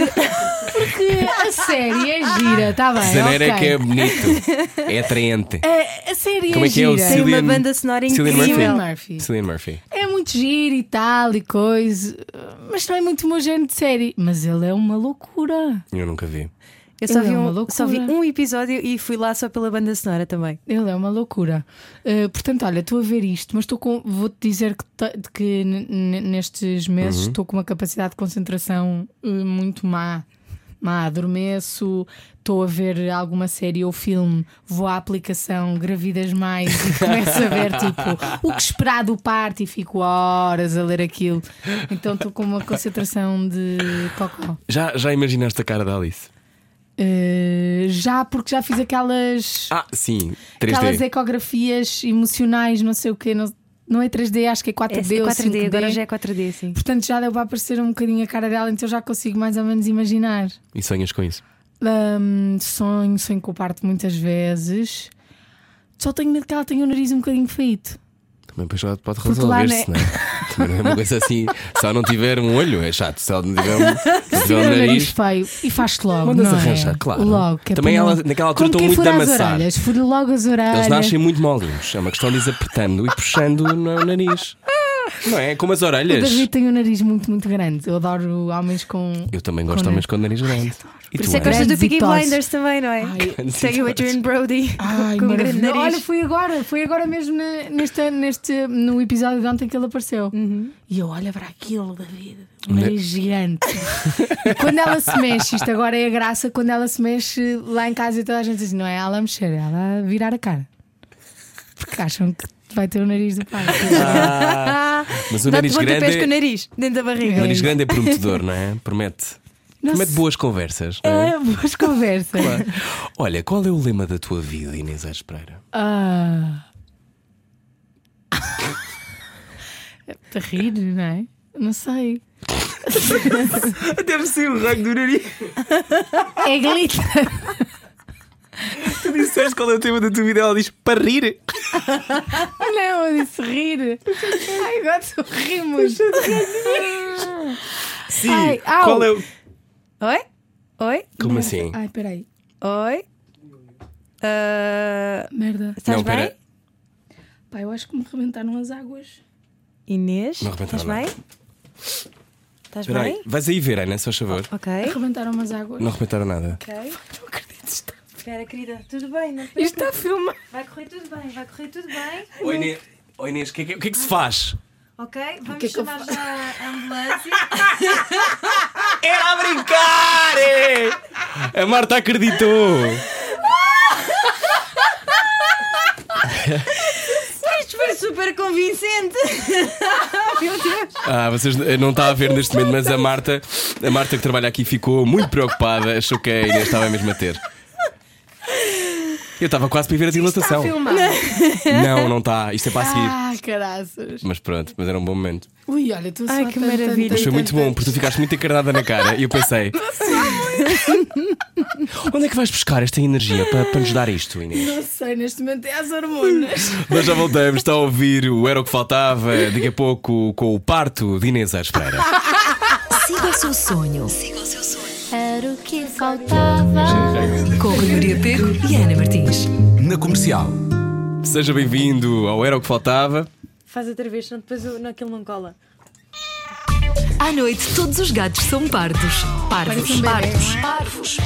Speaker 3: porque a série é gira, está bem.
Speaker 2: Zaneira é
Speaker 3: ok.
Speaker 2: que é bonito, é atraente.
Speaker 3: A- A série
Speaker 2: Como é que é
Speaker 3: gira.
Speaker 2: o
Speaker 4: Tem uma
Speaker 2: Cillian-
Speaker 4: banda sonora
Speaker 2: Cillian
Speaker 4: incrível.
Speaker 3: Cillian
Speaker 2: Murphy?
Speaker 3: Murphy.
Speaker 2: Cillian Murphy.
Speaker 3: É muito giro e tal e coisa, mas não é muito o meu género de série. Mas ele é uma loucura.
Speaker 2: Eu nunca vi.
Speaker 4: Eu só
Speaker 3: Ele
Speaker 4: vi,
Speaker 3: é uma
Speaker 4: um, só vi
Speaker 3: loucura.
Speaker 4: um episódio e fui lá só pela banda sonora também.
Speaker 3: Ele é uma loucura. Uh, portanto, olha, estou a ver isto, mas estou com. Vou-te dizer que, ta- de que n- n- nestes meses estou com uma capacidade de concentração uh, muito má. Má, adormeço, estou a ver alguma série ou filme, vou à aplicação Gravidas Mais e começo a ver tipo o que esperar do parto e fico horas a ler aquilo. Então estou com uma concentração de cocó.
Speaker 2: Já, já imaginaste a cara da Alice?
Speaker 3: Eh, eh, já porque já fiz aquelas,
Speaker 2: Ah, sim, 3D.
Speaker 3: aquelas é ecografias emocionais, não sei o quê, não, não é 3D, acho que é 4D
Speaker 4: É
Speaker 3: ou
Speaker 4: 4D,
Speaker 3: 5D.
Speaker 4: agora já é 4D, sim.
Speaker 3: Portanto, já deu para aparecer um bocadinho a cara dela, então já consigo mais ou menos imaginar.
Speaker 2: E sonhas com isso.
Speaker 3: Hum, sonho, sonho com o parto muitas vezes. Só tenho medo que ela tenha o nariz um bocadinho feito.
Speaker 2: Também depois já pode
Speaker 3: Porque lá
Speaker 2: resolver-se, não é? Também não é uma coisa assim. Se ela não tiver um olho, é chato. Se ela não tiver um, não tiver
Speaker 3: Tira
Speaker 2: um
Speaker 3: o nariz
Speaker 2: nariz.
Speaker 3: é feio e faz-te logo.
Speaker 2: Mandas
Speaker 3: não é?
Speaker 2: arranjar, claro.
Speaker 3: Logo, que é
Speaker 2: Também
Speaker 3: para
Speaker 2: ela,
Speaker 3: não-
Speaker 2: naquela altura,
Speaker 3: Como
Speaker 2: estão
Speaker 3: quem
Speaker 2: muito
Speaker 3: fura
Speaker 2: a
Speaker 3: as
Speaker 2: amassar.
Speaker 3: orelhas, fura logo as orelhas.
Speaker 2: Eles nascem muito molinhos. É uma questão de lhes apertando e puxando no nariz. Não é? Como as
Speaker 3: O
Speaker 2: orelhas.
Speaker 3: David tem um nariz muito, muito grande. Eu adoro homens com.
Speaker 2: Eu também gosto de homens com o nariz grande. E
Speaker 4: Por
Speaker 2: tu,
Speaker 4: isso é que
Speaker 2: Ana?
Speaker 4: gostas do
Speaker 3: Grandes e
Speaker 4: Peaky
Speaker 3: tosse.
Speaker 4: Blinders também, não é?
Speaker 3: Ai.
Speaker 4: Tem o Adrian Brody
Speaker 3: Ai,
Speaker 4: <laughs> com um grande
Speaker 3: maravilhoso.
Speaker 4: nariz.
Speaker 3: Olha, foi agora, foi agora mesmo na- neste, neste, no episódio de ontem que ele apareceu.
Speaker 4: Uhum.
Speaker 3: E eu olho para aquilo, David, um nariz gigante. e quando ela se mexe, isto agora é a graça, quando ela se mexe lá em casa e toda a gente diz: assim, não é ela a mexer, é ela a virar a cara. Porque acham que vai ter o nariz do
Speaker 4: <laughs>
Speaker 3: pai.
Speaker 2: Ah, Mas o
Speaker 4: Dá-te
Speaker 2: nariz
Speaker 4: pontapés
Speaker 2: grande
Speaker 4: com o
Speaker 2: é...
Speaker 4: nariz, dentro da barriga.
Speaker 2: O nariz grande é <laughs> prometedor, não é? Promete.
Speaker 3: Não
Speaker 2: Promete
Speaker 3: sei.
Speaker 2: boas conversas. Não é?
Speaker 3: É, boas conversas.
Speaker 2: Olha, qual é o lema da tua vida, Inês Aires Pereira?
Speaker 3: Ah. <laughs> Te rir, não é? Não sei.
Speaker 2: Deve ser o rango do nariz.
Speaker 3: É glitter.
Speaker 2: Tu disseste qual é o tema da tua vida, ela diz para rir.
Speaker 3: Não, eu disse rir. Ai, agora sorrimos.
Speaker 2: Sim.
Speaker 3: Ai, au.
Speaker 2: qual é o...
Speaker 3: Uhum.
Speaker 4: Oi? Oi?
Speaker 2: Como assim?
Speaker 3: Ai, peraí.
Speaker 4: Oi? Ah,
Speaker 3: Merda.
Speaker 4: estás
Speaker 2: Não,
Speaker 4: bem?
Speaker 2: pera.
Speaker 3: Pá, eu acho que me rebentaram as águas.
Speaker 4: Inês?
Speaker 2: Não arrebentaram
Speaker 4: estás
Speaker 2: nada.
Speaker 4: bem? Estás
Speaker 2: Espera aí.
Speaker 4: bem?
Speaker 2: Vais aí ver, Ana, se faz favor.
Speaker 4: Ok.
Speaker 3: Rebentaram as águas.
Speaker 2: Não arrebentaram nada.
Speaker 4: Ok.
Speaker 3: Não acredito. Isto
Speaker 4: Espera, querida, tudo bem? Não te preocupes.
Speaker 3: está a filmar.
Speaker 4: Vai correr tudo bem, vai correr tudo bem.
Speaker 2: Oi, Inês, Oi, Inês, o que, é que- o que é que se faz?
Speaker 4: Ok, vamos
Speaker 3: que é que eu
Speaker 4: chamar já a ambulância.
Speaker 2: Era a brincar! é! A Marta acreditou!
Speaker 4: Isto foi super convincente. Meu Deus.
Speaker 2: Ah, vocês eh, não está a ver neste momento, mas a Marta, a Marta que trabalha aqui ficou muito preocupada, achou que a Inês estava mesmo a ter. Eu estava quase para ir ver a dilatação.
Speaker 3: Filmar.
Speaker 2: Não, não está. Isto é para a seguir.
Speaker 3: Ah, caraças.
Speaker 2: Mas pronto, mas era um bom momento.
Speaker 3: Ui, olha, estou só
Speaker 4: Ai, que
Speaker 3: tan, tan,
Speaker 4: maravilha.
Speaker 3: tan,
Speaker 2: Mas foi
Speaker 3: tan,
Speaker 2: muito
Speaker 3: tan.
Speaker 2: bom, porque tu ficaste muito encarnada na cara e eu pensei. Onde é que vais buscar esta energia para, para nos dar isto, Inês?
Speaker 3: Não sei, neste momento é as hormonas.
Speaker 2: Nós já voltamos, está a ouvir o Era o que Faltava, daqui a pouco com o parto de Inês à espera.
Speaker 5: Siga o seu sonho.
Speaker 1: Era o que faltava.
Speaker 5: Com Rui Maria Pego e Ana Martins.
Speaker 6: Na comercial.
Speaker 2: Seja bem-vindo ao Era o que Faltava.
Speaker 4: Faz outra vez, senão depois o- aquilo não cola.
Speaker 5: À noite, todos os gatos são pardos. Parvos, parvos, parvos.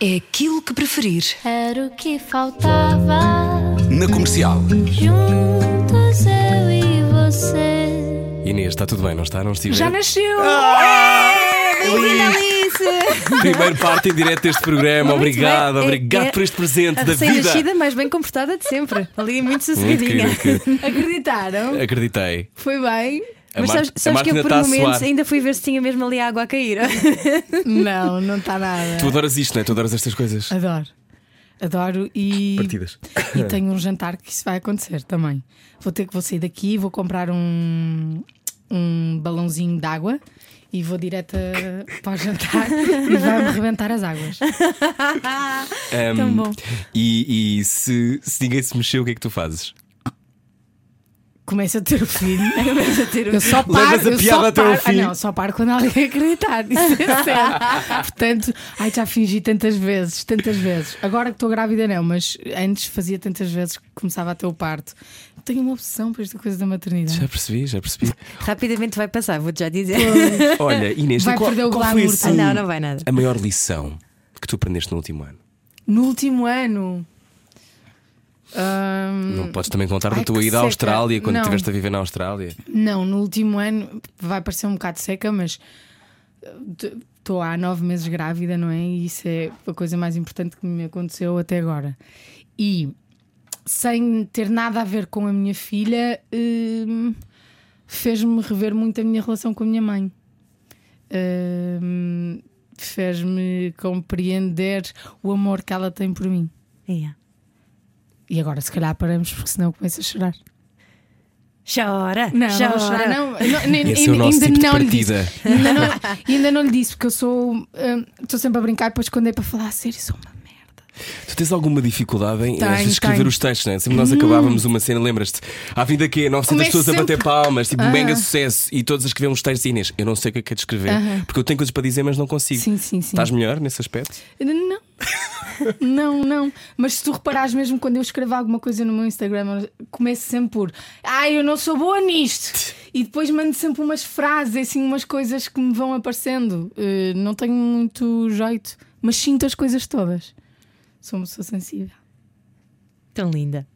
Speaker 5: É aquilo que preferir.
Speaker 1: Era o que faltava.
Speaker 6: Na comercial.
Speaker 1: Juntos eu e você.
Speaker 2: Inês, está tudo bem, não está? Não estive. <laughs>
Speaker 3: Já nasceu.
Speaker 2: Primeiro parte em direto deste programa.
Speaker 4: Muito
Speaker 2: obrigado,
Speaker 4: bem. É-
Speaker 2: obrigado
Speaker 4: é-
Speaker 2: por este presente
Speaker 4: A
Speaker 2: da vida.
Speaker 4: recém-nascida mais bem comportada de sempre. Ali muito
Speaker 2: Muito
Speaker 4: sossegadinha.
Speaker 2: querido, querido.
Speaker 3: Acreditaram?
Speaker 2: Acreditei.
Speaker 3: Foi bem?
Speaker 2: A
Speaker 4: Mas
Speaker 2: Marta-
Speaker 4: sabes,
Speaker 2: a
Speaker 4: sabes
Speaker 2: Marta
Speaker 4: que eu
Speaker 2: ainda
Speaker 4: por
Speaker 2: está a
Speaker 4: momentos
Speaker 2: suar.
Speaker 4: ainda fui ver se tinha mesmo ali água a cair. <laughs>
Speaker 3: Não, não está nada.
Speaker 2: Tu adoras isto, não é? Tu adoras estas coisas.
Speaker 3: Adoro. Adoro e.
Speaker 2: Partidas.
Speaker 3: E tenho um jantar que isso vai acontecer também. Vou ter que vou sair daqui, vou comprar um, um balãozinho de água e vou direto a- para o jantar e vai-me arrebentar as águas.
Speaker 2: Ahm,
Speaker 4: bom.
Speaker 2: E, e se, se ninguém se mexeu, o que é que tu fazes?
Speaker 3: Começo a ter o filho.
Speaker 4: Começa a ter um-
Speaker 3: Eu só paro,
Speaker 2: Levas a
Speaker 3: eu
Speaker 2: piada
Speaker 3: só
Speaker 2: até ao
Speaker 3: paro-
Speaker 2: fim.
Speaker 3: Ah, não, só paro quando alguém acreditar. Isso é
Speaker 2: <laughs>
Speaker 3: certo. Portanto, ai, já fingi tantas vezes, tantas vezes. Agora que estou grávida, não, mas antes fazia tantas vezes que começava a ter o parto. Tenho uma obsessão para esta coisa da maternidade.
Speaker 2: Já percebi, já
Speaker 4: <laughs>
Speaker 2: percebi.
Speaker 4: Rapidamente vai passar, vou-te já dizer.
Speaker 2: Olha, Inês,
Speaker 3: Vai
Speaker 2: e qual,
Speaker 3: perder o
Speaker 2: qual foi
Speaker 3: glamour.
Speaker 2: assim,
Speaker 4: <laughs> Ah, não, não vai nada.
Speaker 2: a maior lição que tu aprendeste no último ano?
Speaker 3: No último ano. ahm,
Speaker 4: Hum.
Speaker 2: Não podes também contar da
Speaker 3: Ai,
Speaker 2: tua
Speaker 3: que
Speaker 2: ida à
Speaker 3: seca.
Speaker 2: Austrália, quando
Speaker 3: Não.
Speaker 2: estiveste a viver na Austrália.
Speaker 3: não, no último ano vai parecer um bocado seca, mas estou há nove meses grávida, não é? E isso é a coisa mais importante que me aconteceu até agora. E sem ter nada a ver com a minha filha, hum, fez-me rever muito a minha relação com a minha mãe. Hum, que fez-me compreender o amor que ela tem por mim.
Speaker 4: Yeah.
Speaker 3: E agora, se calhar, paramos, porque senão eu começo a chorar.
Speaker 4: Chora,
Speaker 3: Não,
Speaker 4: chora.
Speaker 3: não, vou chorar, não, não, nem-
Speaker 2: Esse é o
Speaker 3: ainda-
Speaker 2: nosso
Speaker 3: ainda
Speaker 2: tipo de
Speaker 3: não lhe disse.
Speaker 2: partida.
Speaker 3: Ainda não, ainda não lhe disse, porque eu sou. hum, Estou sempre a brincar, depois quando é para falar a sério, sou uma merda.
Speaker 2: Tu tens alguma dificuldade em
Speaker 3: Tenho,
Speaker 2: às vezes, escrever
Speaker 3: tenho. Hum.
Speaker 2: os textos, não é? Sempre nós acabávamos uma cena, lembras-te? À vinda que é 900
Speaker 3: Começo
Speaker 2: pessoas a bater
Speaker 3: sempre-
Speaker 2: palmas, tipo
Speaker 3: Ah.
Speaker 2: mega sucesso, e todos a escrever uns textos e Inês, eu não sei o que é que é de escrever,
Speaker 3: Aham.
Speaker 2: porque eu tenho coisas para dizer, mas não consigo.
Speaker 3: Sim, sim, sim.
Speaker 2: Estás melhor nesse aspecto?
Speaker 3: Não. Não, não. Mas se tu reparares mesmo quando eu escrevo alguma coisa no meu Instagram, eu começo sempre por ai, eu não sou boa nisto. E depois mando sempre umas frases, assim, umas coisas que me vão aparecendo. Eh, não tenho muito jeito, mas sinto as coisas todas. Sou uma pessoa sensível.
Speaker 4: Tão linda.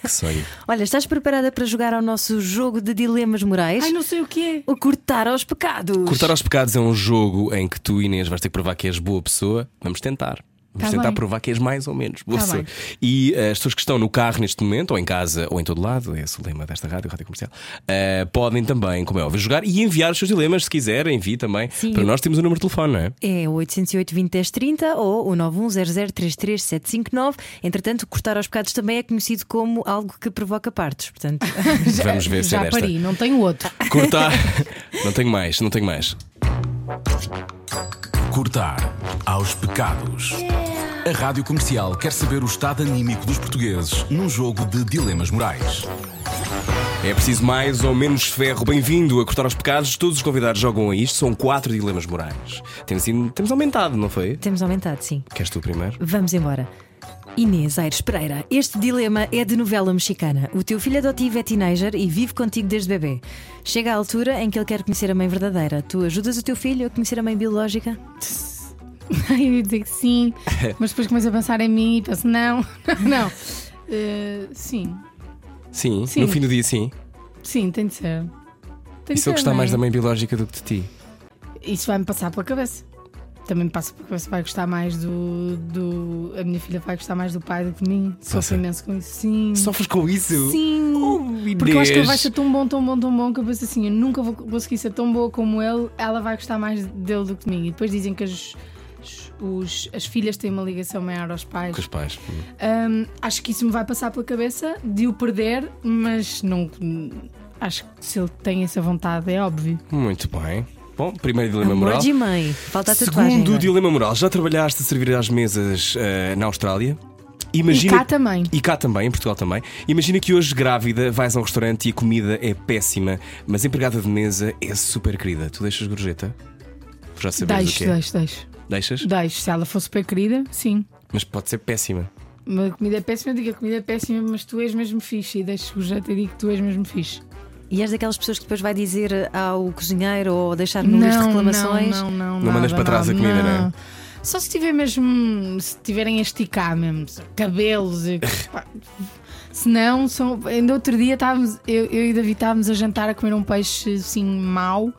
Speaker 2: Que sonho.
Speaker 4: Olha, estás preparada para jogar ao nosso jogo de dilemas morais?
Speaker 3: Ai, não sei o que é.
Speaker 4: O cortar aos pecados.
Speaker 2: Cortar aos pecados é um jogo em que tu, Inês, vais ter que provar que és boa pessoa. Vamos tentar. Vamos
Speaker 3: Tá
Speaker 2: tentar
Speaker 3: bem.
Speaker 2: provar que és mais ou menos boa
Speaker 3: Tá
Speaker 2: pessoa.
Speaker 3: bem.
Speaker 2: E eh, as pessoas que estão no carro neste momento, ou em casa, ou em todo lado, esse é o lema desta rádio, Rádio Comercial, eh, podem também, como é óbvio, jogar e enviar os seus dilemas, se quiserem, envie também.
Speaker 4: Sim.
Speaker 2: Para nós temos o número de telefone, não é?
Speaker 4: É o 808 20 30 ou o 910033759. Entretanto, cortar aos pecados também é conhecido como algo que provoca partos. Portanto, <laughs>
Speaker 2: Vamos ver se é
Speaker 3: <laughs> Eh, Já
Speaker 2: desta.
Speaker 3: pari, não tenho
Speaker 2: <laughs>
Speaker 3: outro. <laughs>
Speaker 2: Cortar. não tenho mais, não tenho mais.
Speaker 6: Cortar aos pecados. A Rádio Comercial quer saber o estado anímico dos portugueses num jogo de dilemas morais.
Speaker 2: É preciso mais ou menos ferro. Bem-vindo a Cortar aos Pecados. Todos os convidados jogam a isto. São quatro dilemas morais. Temos, ido- temos aumentado, não foi?
Speaker 4: temos aumentado, sim.
Speaker 2: Queres tu primeiro?
Speaker 4: Vamos embora. Inês Aires Pereira, este dilema é de novela mexicana. O teu filho adotivo é teenager e vive contigo desde bebê. Chega à altura em que ele quer conhecer a mãe verdadeira. Tu ajudas o teu filho a conhecer a mãe biológica?
Speaker 3: Ai, eu ia dizer que sim, mas depois começo a pensar em mim e penso, não, <laughs> não. Eh, sim,
Speaker 2: Sim,
Speaker 3: Sim.
Speaker 2: no fim do dia, sim.
Speaker 3: sim, tem de ser. Tem de
Speaker 2: E se
Speaker 3: ser,
Speaker 2: eu gostar
Speaker 3: não é?
Speaker 2: mais da mãe biológica do que de ti?
Speaker 3: Isso vai-me passar pela cabeça. Também me passa pela cabeça, vai gostar mais do, do. A minha filha vai gostar mais do pai do que de mim.
Speaker 2: Passa.
Speaker 3: Sofro imenso com isso. Sim.
Speaker 2: Sofres com isso? Oh,
Speaker 3: Sim. Porque eu acho que ele vai ser tão bom, tão bom, tão bom que eu penso assim: eu nunca vou conseguir ser tão boa como ele, ela vai gostar mais dele do que de mim. E depois dizem que as, os- as filhas têm uma ligação maior aos pais.
Speaker 2: Com os pais.
Speaker 3: Hum, acho que isso me vai passar pela cabeça de o perder, mas não. Acho que se ele tem essa vontade é óbvio.
Speaker 2: Muito bem. Bom, primeiro dilema
Speaker 4: Amor
Speaker 2: moral.
Speaker 4: de mãe.
Speaker 3: tá
Speaker 4: Falta a tatuagem. é?
Speaker 2: Segundo
Speaker 3: né?
Speaker 2: um-
Speaker 4: agora.
Speaker 2: dilema moral, já trabalhaste a servir às mesas eh, na Austrália? Imagina
Speaker 3: E cá também.
Speaker 2: E cá também, em Portugal também. Imagina que hoje, grávida, vais a um restaurante e a comida é péssima, mas a empregada de mesa é super querida. Tu deixas gorjeta? Já sabes o
Speaker 3: Deixo,
Speaker 2: que é.
Speaker 3: deixo, deixo.
Speaker 2: Deixas?
Speaker 3: Deixo. Se ela fosse super querida, sim.
Speaker 2: Mas pode ser péssima.
Speaker 3: Uma comida é péssima, eu digo a comida é péssima, mas tu és mesmo fixe. E deixo o jeito e digo que tu és mesmo fixe.
Speaker 4: E és daquelas pessoas que depois vai dizer ao cozinheiro ou deixar no lixo de reclamações?
Speaker 3: Não, não, não.
Speaker 2: Não mandas
Speaker 3: nada,
Speaker 2: para trás a
Speaker 3: nada,
Speaker 2: comida, não é?
Speaker 3: Só se tiver mesmo. Se tiverem a esticar mesmo, cabelos e. pá, Se não, são, ainda outro dia estávamos, eu, eu e o David estávamos a jantar a comer um peixe assim mau.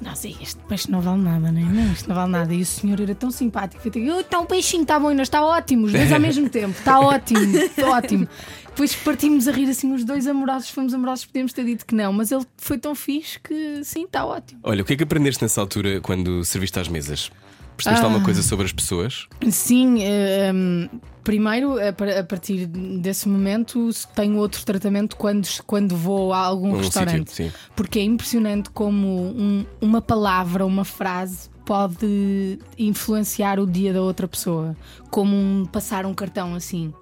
Speaker 3: Não sei, este peixe não vale nada, não é? Não, isto não vale nada. E o senhor era tão simpático. Eu digo, "Oh, está um peixinho, está bom, Inês, está ótimo. Os dois ao mesmo tempo,
Speaker 2: <laughs>
Speaker 3: está ótimo, ótimo. Depois partimos a rir assim, os dois amorosos, fomos amorosos, podíamos ter dito que não, mas ele foi tão fixe que sim, está ótimo.
Speaker 2: Olha, o que é que aprendeste nessa altura quando serviste às mesas?
Speaker 3: Ah.
Speaker 2: Percebeste alguma coisa sobre as pessoas?
Speaker 3: Sim, eh, hum, primeiro, a par- a partir desse momento, tenho outro tratamento quando, quando vou a algum
Speaker 2: Um
Speaker 3: restaurante.
Speaker 2: sítio, sim.
Speaker 3: Porque é impressionante como um- uma palavra, uma frase pode influenciar o dia da outra pessoa. Como um- passar um cartão assim.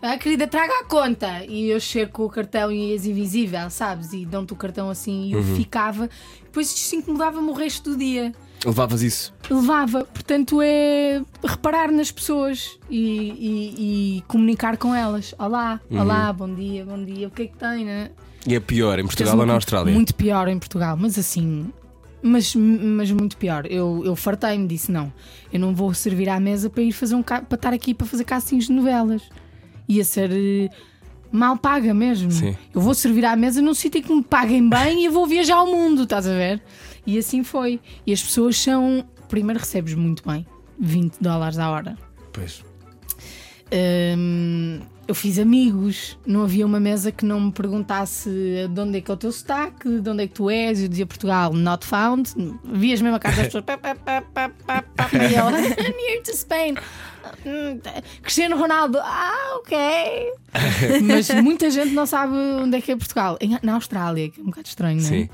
Speaker 3: Ah, querida, traga a conta! E eu chego com o cartão e és invisível, sabes? E dão-te o cartão assim e eu
Speaker 2: Uhum.
Speaker 3: ficava. Depois isto incomodava-me o resto do dia
Speaker 2: Levavas isso?
Speaker 3: levava. Portanto, é reparar nas pessoas e, e- e comunicar com elas. Olá, olá, bom dia, bom dia, o que é que tem, né?
Speaker 2: E é pior em
Speaker 3: Tens
Speaker 2: Portugal ou
Speaker 3: uma
Speaker 2: na
Speaker 3: cu-
Speaker 2: Austrália?
Speaker 3: Muito pior em Portugal, mas assim. Mas, mas muito pior. Eu, eu fartei-me, disse: não, eu não vou servir à mesa para ir fazer um ca- para estar aqui para fazer castings de novelas. Ia ser eh, mal paga mesmo.
Speaker 2: Sim.
Speaker 3: Eu vou servir à mesa num sítio em que me paguem bem e eu vou viajar ao mundo, estás a ver? E assim foi. E as pessoas são. Primeiro recebes muito bem, 20 dólares à hora.
Speaker 2: Pois.
Speaker 3: hum, eu fiz amigos, não havia uma mesa que não me perguntasse de onde é que é o teu sotaque, de onde é que tu és, eu dizia Portugal, not found. Vias mesmo a casa das pessoas, pá, pá, pá, pá, pá, pá, e ela, <laughs> I'm here to Spain. Hum, Cristiano Ronaldo, ah, ok. Mas muita gente não sabe onde é que é Portugal. Em- Na Austrália, que é um bocado estranho, não é?
Speaker 2: Sim.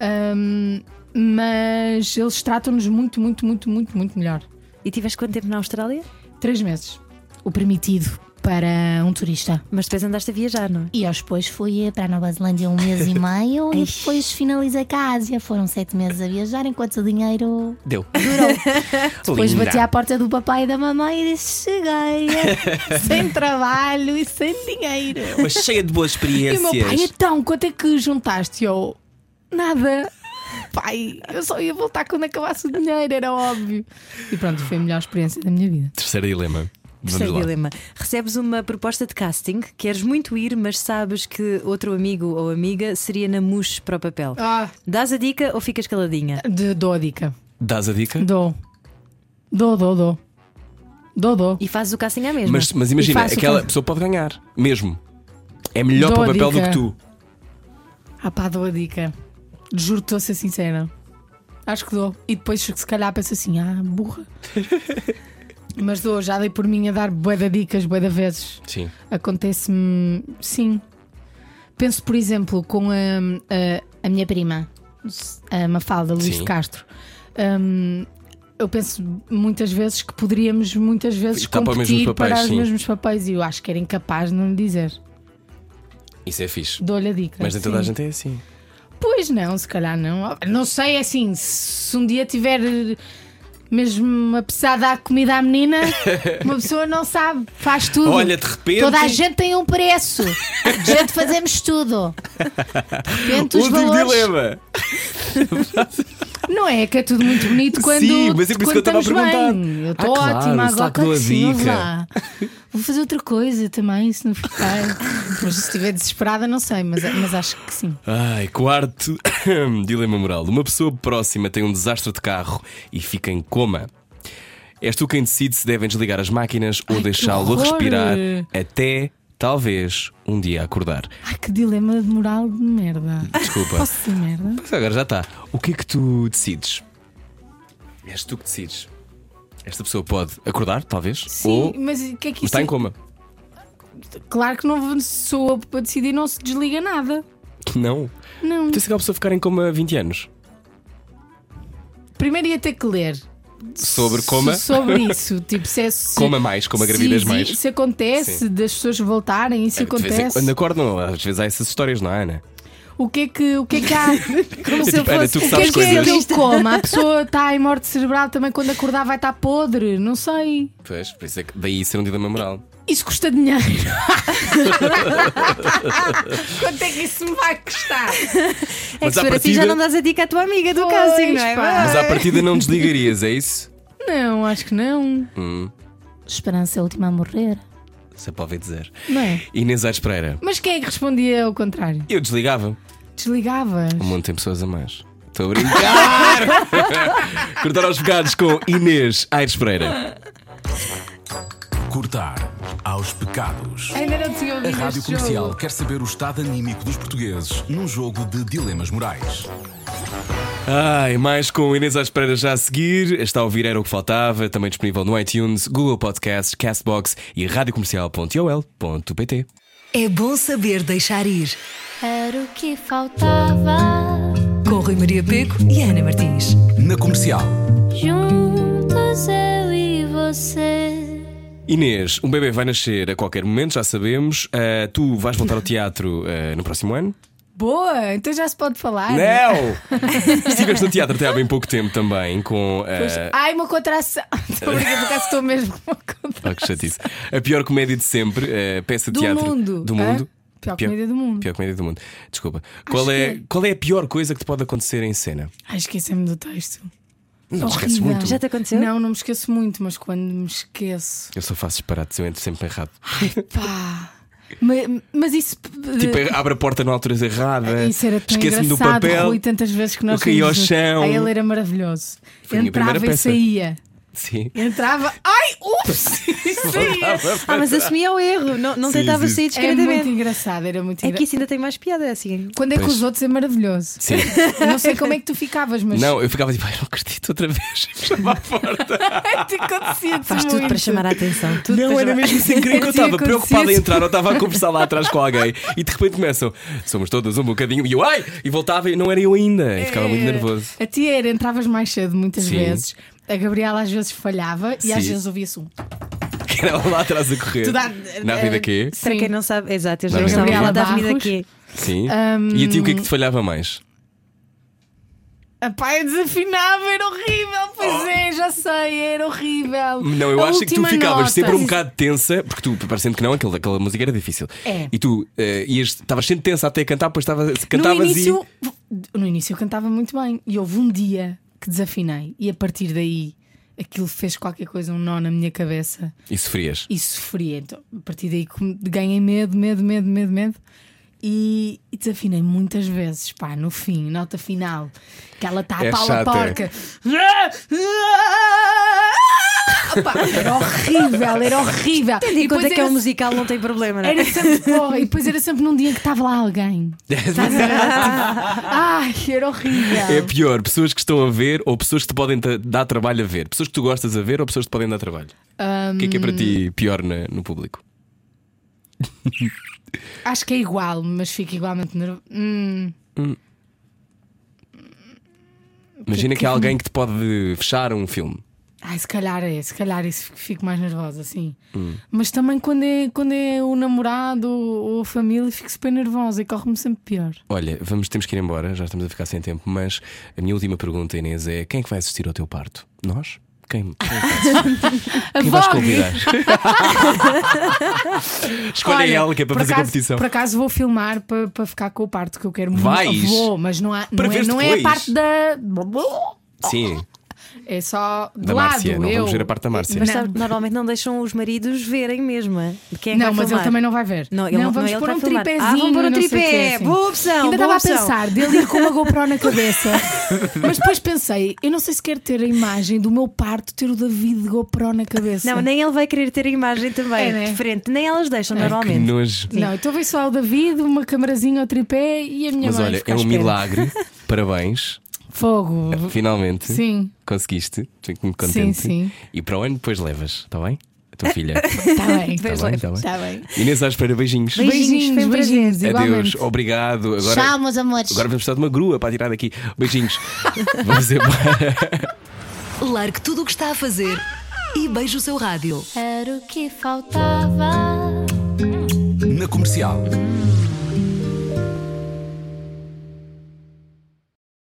Speaker 3: Hum, mas eles tratam-nos muito, muito, muito, muito, muito melhor.
Speaker 4: E tiveste quanto tempo na Austrália?
Speaker 3: Três meses. O permitido para um turista.
Speaker 4: Mas depois andaste a viajar, não é?
Speaker 1: E eu depois fui para a Nova Zelândia um mês e meio e depois finalizei com a Ásia. Foram sete meses a viajar enquanto o dinheiro.
Speaker 2: Deu. <laughs>
Speaker 1: Depois
Speaker 2: Linda.
Speaker 1: bati à porta do papai e da mamãe e disse:
Speaker 3: é,
Speaker 1: Cheguei, sem trabalho e sem dinheiro.
Speaker 2: Mas cheia de boas
Speaker 3: E o
Speaker 2: experiências.
Speaker 3: meu pai, então, quanto é que juntaste? E Eu, nada. Pai, eu só ia voltar quando acabasse o dinheiro, era óbvio. E pronto, foi a melhor experiência da minha vida.
Speaker 2: Terceiro dilema. Vamos
Speaker 4: Terceiro
Speaker 2: lá.
Speaker 4: é dilema. Recebes uma proposta de casting, queres muito ir, mas sabes que outro amigo ou amiga seria na mousse para o papel.
Speaker 3: Ah,
Speaker 4: Dás a dica ou ficas caladinha?
Speaker 3: de, dou a dica.
Speaker 2: Dás a dica?
Speaker 3: Dou. Dou, dou, dou. Dou, dou.
Speaker 4: E fazes o casting à mesma.
Speaker 2: Mas, mas imagina,
Speaker 3: E faço o
Speaker 2: aquela
Speaker 3: quê?
Speaker 2: pessoa pode ganhar, mesmo. É melhor
Speaker 3: Dou
Speaker 2: para o
Speaker 3: a
Speaker 2: papel do
Speaker 3: dica.
Speaker 2: que tu.
Speaker 3: Ah pá, dou a dica. Juro que estou a ser sincera. Acho que dou. E depois se calhar penso assim, ah,
Speaker 2: <laughs>
Speaker 3: burra. Mas dou, já dei por mim a dar bué de dicas, bué de vezes.
Speaker 2: Sim.
Speaker 3: Acontece-me, sim. Penso, por exemplo, com a, a, a minha prima, a Mafalda Luís
Speaker 2: Sim.
Speaker 3: de Castro. Hum, eu penso muitas vezes que poderíamos muitas vezes
Speaker 2: Está Tá para os mesmos
Speaker 3: competir
Speaker 2: papéis,
Speaker 3: para os
Speaker 2: sim.
Speaker 3: mesmos papéis e eu acho que era incapaz de não lhe dizer.
Speaker 2: Isso é fixe.
Speaker 3: Dou-lhe a dica.
Speaker 2: Mas nem toda a
Speaker 3: sim.
Speaker 2: gente é assim.
Speaker 3: Pois não, se calhar não. Não sei, é assim, se um dia tiver eh, mesmo uma pesada à comida à menina,
Speaker 2: <laughs>
Speaker 3: uma pessoa não sabe, faz tudo.
Speaker 2: Olha, de repente.
Speaker 1: Toda a gente tem um preço. De gente fazemos tudo. De repente os
Speaker 2: Último
Speaker 1: valores.
Speaker 2: dilema.
Speaker 3: Não é que é tudo muito bonito quando.
Speaker 2: Sim, mas é por isso
Speaker 3: quando
Speaker 2: que eu estava a
Speaker 3: estamos
Speaker 2: perguntar.
Speaker 3: bem. Eu
Speaker 2: Ah,
Speaker 3: estou
Speaker 2: claro,
Speaker 3: ótima
Speaker 2: se lá
Speaker 3: agora.
Speaker 2: que dou a
Speaker 3: sim, vamos
Speaker 2: dica.
Speaker 3: lá. Vou fazer outra coisa também, se não ficar. Mas se estiver desesperada, não sei, mas, mas acho que sim.
Speaker 2: Ai, quarto <coughs> dilema moral. Uma pessoa próxima tem um desastre de carro e fica em coma. És tu quem decide se devem desligar as máquinas ou
Speaker 3: que
Speaker 2: deixá-lo a
Speaker 3: horror.
Speaker 2: respirar até, talvez, um dia acordar.
Speaker 3: Ai, que dilema de moral de merda.
Speaker 2: Desculpa.
Speaker 3: <laughs> Posso dizer merda?
Speaker 2: Mas agora já está. O que é que tu decides? És tu que decides. Esta pessoa pode acordar, talvez,
Speaker 3: Sim,
Speaker 2: ou
Speaker 3: mas o que é que isso
Speaker 2: está em coma.
Speaker 3: Claro que não sou eu para decidir, não se desliga nada.
Speaker 2: Não.
Speaker 3: Não.
Speaker 2: Tem-se aquela pessoa ficar em coma há 20 anos.
Speaker 3: Primeiro ia ter que ler
Speaker 2: Sobre coma.
Speaker 3: so- sobre isso. <laughs> Tipo, se é. Se,
Speaker 2: Coma mais, coma
Speaker 3: se
Speaker 2: gravidez
Speaker 3: exi-
Speaker 2: mais.
Speaker 3: Se acontece das pessoas voltarem, isso
Speaker 2: É, De vez em
Speaker 3: acontece.
Speaker 2: Quando acordam, às vezes há essas histórias, não é, Ana?
Speaker 3: O que é que, o que, é
Speaker 2: <laughs>
Speaker 3: que há? Como se
Speaker 2: tipo,
Speaker 3: eu
Speaker 2: Ana,
Speaker 3: fosse.
Speaker 2: tu que
Speaker 3: o que
Speaker 2: sabes
Speaker 3: é que é
Speaker 2: coisas.
Speaker 3: aquele coma? A pessoa está em morte cerebral também quando acordar vai estar podre. Não sei.
Speaker 2: Pois, por isso é que daí ser um dilema moral.
Speaker 3: Isso custa dinheiro. <laughs> Quanto é que isso me vai custar?
Speaker 4: <laughs> É que
Speaker 2: Mas
Speaker 4: se
Speaker 2: à
Speaker 4: for assim já
Speaker 2: partida-
Speaker 4: não dás a dica à tua amiga do
Speaker 3: Pois,
Speaker 4: casting, não é?
Speaker 3: pá.
Speaker 4: Vai.
Speaker 2: Mas à partida não desligarias, é <laughs> isso?
Speaker 3: Não, acho que não.
Speaker 2: Hum.
Speaker 1: Esperança é a última a morrer.
Speaker 2: Você pode ouvir dizer.
Speaker 3: Não é?
Speaker 2: Inês Aires Pereira,
Speaker 3: Mas quem é que respondia ao contrário?
Speaker 2: eu desligava.
Speaker 3: Desligavas.
Speaker 2: O mundo tem Um pessoas a mais. Estou a brincar! <laughs> Cortar aos pecados com Inês Aires Pereira.
Speaker 6: Cortar aos pecados.
Speaker 3: Ainda não tinha
Speaker 6: A
Speaker 3: ouvido
Speaker 6: Rádio
Speaker 3: este jogo.
Speaker 6: Comercial quer saber o estado anímico dos portugueses num jogo de dilemas morais.
Speaker 2: Ai, mais com Inês Aires Pereira já a seguir. Está a ouvir Era o que Faltava, também disponível no iTunes, Google Podcasts, Castbox e radiocomercial.ol.pt.
Speaker 5: É bom saber deixar ir.
Speaker 1: Era o que faltava.
Speaker 5: Com Rui Maria Peco e Ana Martins.
Speaker 6: Na comercial.
Speaker 1: Juntos eu e você.
Speaker 2: Inês, um bebê vai nascer a qualquer momento, já sabemos. Ah, tu vais voltar ao teatro ah, no próximo ano?
Speaker 3: Boa, então já se pode falar.
Speaker 2: Não! Estiveste no teatro até há bem pouco tempo também, com. ah,
Speaker 3: Pois- Ai, uma contração. <laughs> Estou a brincar, por acaso estou mesmo com uma
Speaker 2: Ah,
Speaker 3: contração.
Speaker 2: que chatice. A pior comédia de sempre, eh, peça de
Speaker 3: Do
Speaker 2: teatro
Speaker 3: mundo.
Speaker 2: do mundo.
Speaker 3: Hã? Pior comédia do mundo.
Speaker 2: Pior comédia do mundo. Desculpa. Qual é,
Speaker 3: que é.
Speaker 2: qual é a pior coisa que te pode acontecer em cena?
Speaker 3: Ai, esqueci-me do texto.
Speaker 2: Não te
Speaker 3: Horrível.
Speaker 2: esqueces muito.
Speaker 4: Já te aconteceu?
Speaker 3: Não, não me esqueço muito, mas quando me esqueço.
Speaker 2: Eu só faço disparates, eu entro sempre errado.
Speaker 3: Pá. Ma- Mas, isso.
Speaker 2: Tipo, eh, abre a porta na altura errada.
Speaker 3: Ah, Isso era tão
Speaker 2: Esquece-me do
Speaker 3: engraçado, tá-
Speaker 2: papel.
Speaker 3: Rui, tantas vezes que nós
Speaker 2: eu caí ao
Speaker 3: saímos-
Speaker 2: chão.
Speaker 3: Ai, ele era maravilhoso.
Speaker 2: Foi a minha
Speaker 3: Entrava
Speaker 2: primeira
Speaker 3: e
Speaker 2: peça.
Speaker 3: saía.
Speaker 2: Sim.
Speaker 3: Entrava, ai,
Speaker 2: <laughs>
Speaker 3: ups! e saía.
Speaker 4: Ah, mas assumia o erro, não, não
Speaker 2: Sim,
Speaker 4: tentava
Speaker 2: sim.
Speaker 4: sair
Speaker 3: Era É muito
Speaker 4: discretamente.
Speaker 3: engraçado, era muito
Speaker 4: É que
Speaker 3: engraçado.
Speaker 4: isso ainda tem mais piada, é assim.
Speaker 3: Quando é que
Speaker 2: Pois.
Speaker 3: os outros é maravilhoso.
Speaker 2: Sim.
Speaker 3: Eu não sei como é que tu ficavas, mas <laughs>
Speaker 2: Não, eu ficava tipo, ai, não acredito outra vez. Fechava a porta.
Speaker 3: É acontecia
Speaker 4: Ah, Faz tudo para chamar a atenção. Tudo para
Speaker 2: Não,
Speaker 4: chamar-
Speaker 2: era mesmo
Speaker 3: <laughs>
Speaker 2: sem querer que eu
Speaker 3: assim
Speaker 4: Tinha
Speaker 2: estava preocupado em
Speaker 4: acontecido.
Speaker 2: entrar ou estava a conversar lá atrás com alguém e de repente começam, somos todos um bocadinho e eu, ai! E voltava e não era eu ainda. E ficava
Speaker 3: É.
Speaker 2: muito nervoso. <laughs>
Speaker 3: A tia era, entravas mais cedo muitas
Speaker 2: Sim.
Speaker 3: vezes. A Gabriela às vezes falhava e às
Speaker 2: Sim.
Speaker 3: vezes ouvia-se um.
Speaker 2: Que era lá atrás a correr.
Speaker 3: Tu dá-
Speaker 2: Na
Speaker 3: eh,
Speaker 2: vida que
Speaker 4: Para
Speaker 3: Sim.
Speaker 4: quem não sabe, exato, eu já
Speaker 2: Não,
Speaker 4: estava a
Speaker 2: Gabriela
Speaker 4: falar da é. avenida
Speaker 3: Barros.
Speaker 4: aqui.
Speaker 2: Sim.
Speaker 3: Hum.
Speaker 2: E a ti o que é que te falhava mais?
Speaker 3: A pai desafinava, era horrível. Pois é, já sei, era horrível.
Speaker 2: Oh. Não, eu
Speaker 3: A
Speaker 2: acho que tu
Speaker 3: última
Speaker 2: ficavas
Speaker 3: nota.
Speaker 2: sempre um bocado tensa, porque tu, parecendo que não, aquela, aquela música era difícil.
Speaker 3: É.
Speaker 2: E tu eh, ias- estavas sempre tensa até cantar, depois estava,
Speaker 3: No
Speaker 2: cantavas
Speaker 3: início, no início eu cantava muito bem e houve um dia que desafinei e a partir daí aquilo fez qualquer coisa, um nó na minha cabeça
Speaker 2: e, e sofrias.
Speaker 3: e sofri. Então, a partir daí com- ganhei medo, medo, medo, medo, medo. E, e desafinei muitas vezes, pá, no fim, nota final, que ela está
Speaker 2: É
Speaker 3: a pala
Speaker 2: chato, é?
Speaker 3: porca. Ah, Pá, era horrível, era horrível.
Speaker 4: E quando é
Speaker 3: depois
Speaker 4: que é um
Speaker 3: era
Speaker 4: musical, não tem problema, não é?
Speaker 3: era sempre
Speaker 4: <laughs>
Speaker 3: porra, e depois era sempre num dia que estava lá alguém. Estás a ver? Tipo, Ai, era
Speaker 2: É
Speaker 3: horrível.
Speaker 2: pior, pessoas que estão a ver ou pessoas que te podem ta- dar trabalho a ver? Pessoas que tu gostas a ver ou pessoas que te podem dar trabalho? O que é que é para
Speaker 3: Hum.
Speaker 2: ti pior na- no público?
Speaker 3: Acho que é igual, mas fico igualmente nervoso. Hum, é
Speaker 2: Imagina que há alguém que te pode fechar um filme.
Speaker 3: Ai, se calhar é, se calhar isso fico mais nervosa, assim.
Speaker 2: Hum.
Speaker 3: Mas também quando é, quando é o namorado ou a família, fico super nervosa e corre-me sempre pior.
Speaker 2: Olha, vamos, temos que ir embora, já estamos a ficar sem tempo, mas a minha última pergunta, Inês, é quem é que vai assistir ao teu parto? Nós? Quem? quem vai assistir?
Speaker 3: A
Speaker 2: Quem vais
Speaker 3: Vogue! <laughs>
Speaker 2: convidar? Escolha
Speaker 3: Olha,
Speaker 2: ela que é para
Speaker 3: por
Speaker 2: fazer
Speaker 3: acaso-
Speaker 2: competição.
Speaker 3: Por acaso vou filmar para, para ficar com o parto que eu quero
Speaker 2: Vais?
Speaker 3: muito. Vou, mas não, há,
Speaker 2: Para
Speaker 3: não, é,
Speaker 2: veres
Speaker 3: não é a
Speaker 2: depois?
Speaker 3: parte da.
Speaker 2: Sim,
Speaker 3: É só do
Speaker 2: da
Speaker 3: lado.
Speaker 2: Márcia, não
Speaker 3: eu.
Speaker 2: vamos ver a parte da Márcia.
Speaker 4: Mas sabe, normalmente não deixam os maridos verem mesmo. é? De Quem é que
Speaker 3: Não,
Speaker 4: vai
Speaker 3: mas
Speaker 4: filmar?
Speaker 3: ele também não vai ver.
Speaker 4: Não, ele não-
Speaker 3: vamos
Speaker 4: não, ele
Speaker 3: pôr
Speaker 4: vai
Speaker 3: um
Speaker 4: filmar.
Speaker 3: tripézinho.
Speaker 4: Ah, vão pôr um
Speaker 3: não sei o quê,
Speaker 4: tripé.
Speaker 3: assim.
Speaker 4: Boa opção,
Speaker 3: Ainda
Speaker 4: boa
Speaker 3: estava
Speaker 4: opção.
Speaker 3: a pensar dele ir com uma GoPro
Speaker 4: <laughs>
Speaker 3: na cabeça. mas depois pensei, eu não sei se quero ter a imagem do meu parto ter o David de GoPro na cabeça.
Speaker 4: Não, nem ele vai querer ter a imagem também.
Speaker 3: É, né? É.
Speaker 4: Diferente. Nem elas deixam
Speaker 2: que
Speaker 4: normalmente.
Speaker 2: nojo.
Speaker 3: Não, então veio só o David, uma camarazinha, o tripé e a minha
Speaker 2: Mas
Speaker 3: mãe.
Speaker 2: olha,
Speaker 3: fica
Speaker 2: é
Speaker 3: à
Speaker 2: um
Speaker 3: espera.
Speaker 2: milagre. Parabéns,
Speaker 3: Fogo.
Speaker 2: finalmente.
Speaker 3: Sim.
Speaker 2: Conseguiste, fico muito contente.
Speaker 3: sim.
Speaker 2: E para o ano depois levas, está bem? A
Speaker 3: <laughs>
Speaker 2: tua filha.
Speaker 3: Está
Speaker 4: <laughs>
Speaker 3: bem.
Speaker 2: Tá bem, tá bem.
Speaker 3: Está bem.
Speaker 2: Inês Aspera, beijinhos.
Speaker 4: Beijinhos, foi um prazer.
Speaker 3: beijinhos,
Speaker 2: Adeus,
Speaker 3: igualmente.
Speaker 2: obrigado. Agora,
Speaker 3: Tchau, meus amores.
Speaker 2: agora vamos precisar de uma grua para tirar daqui. Beijinhos. <laughs> Vamos embora.
Speaker 5: Largue tudo o que está a fazer e beije o seu rádio.
Speaker 1: Era o que faltava.
Speaker 6: Na comercial.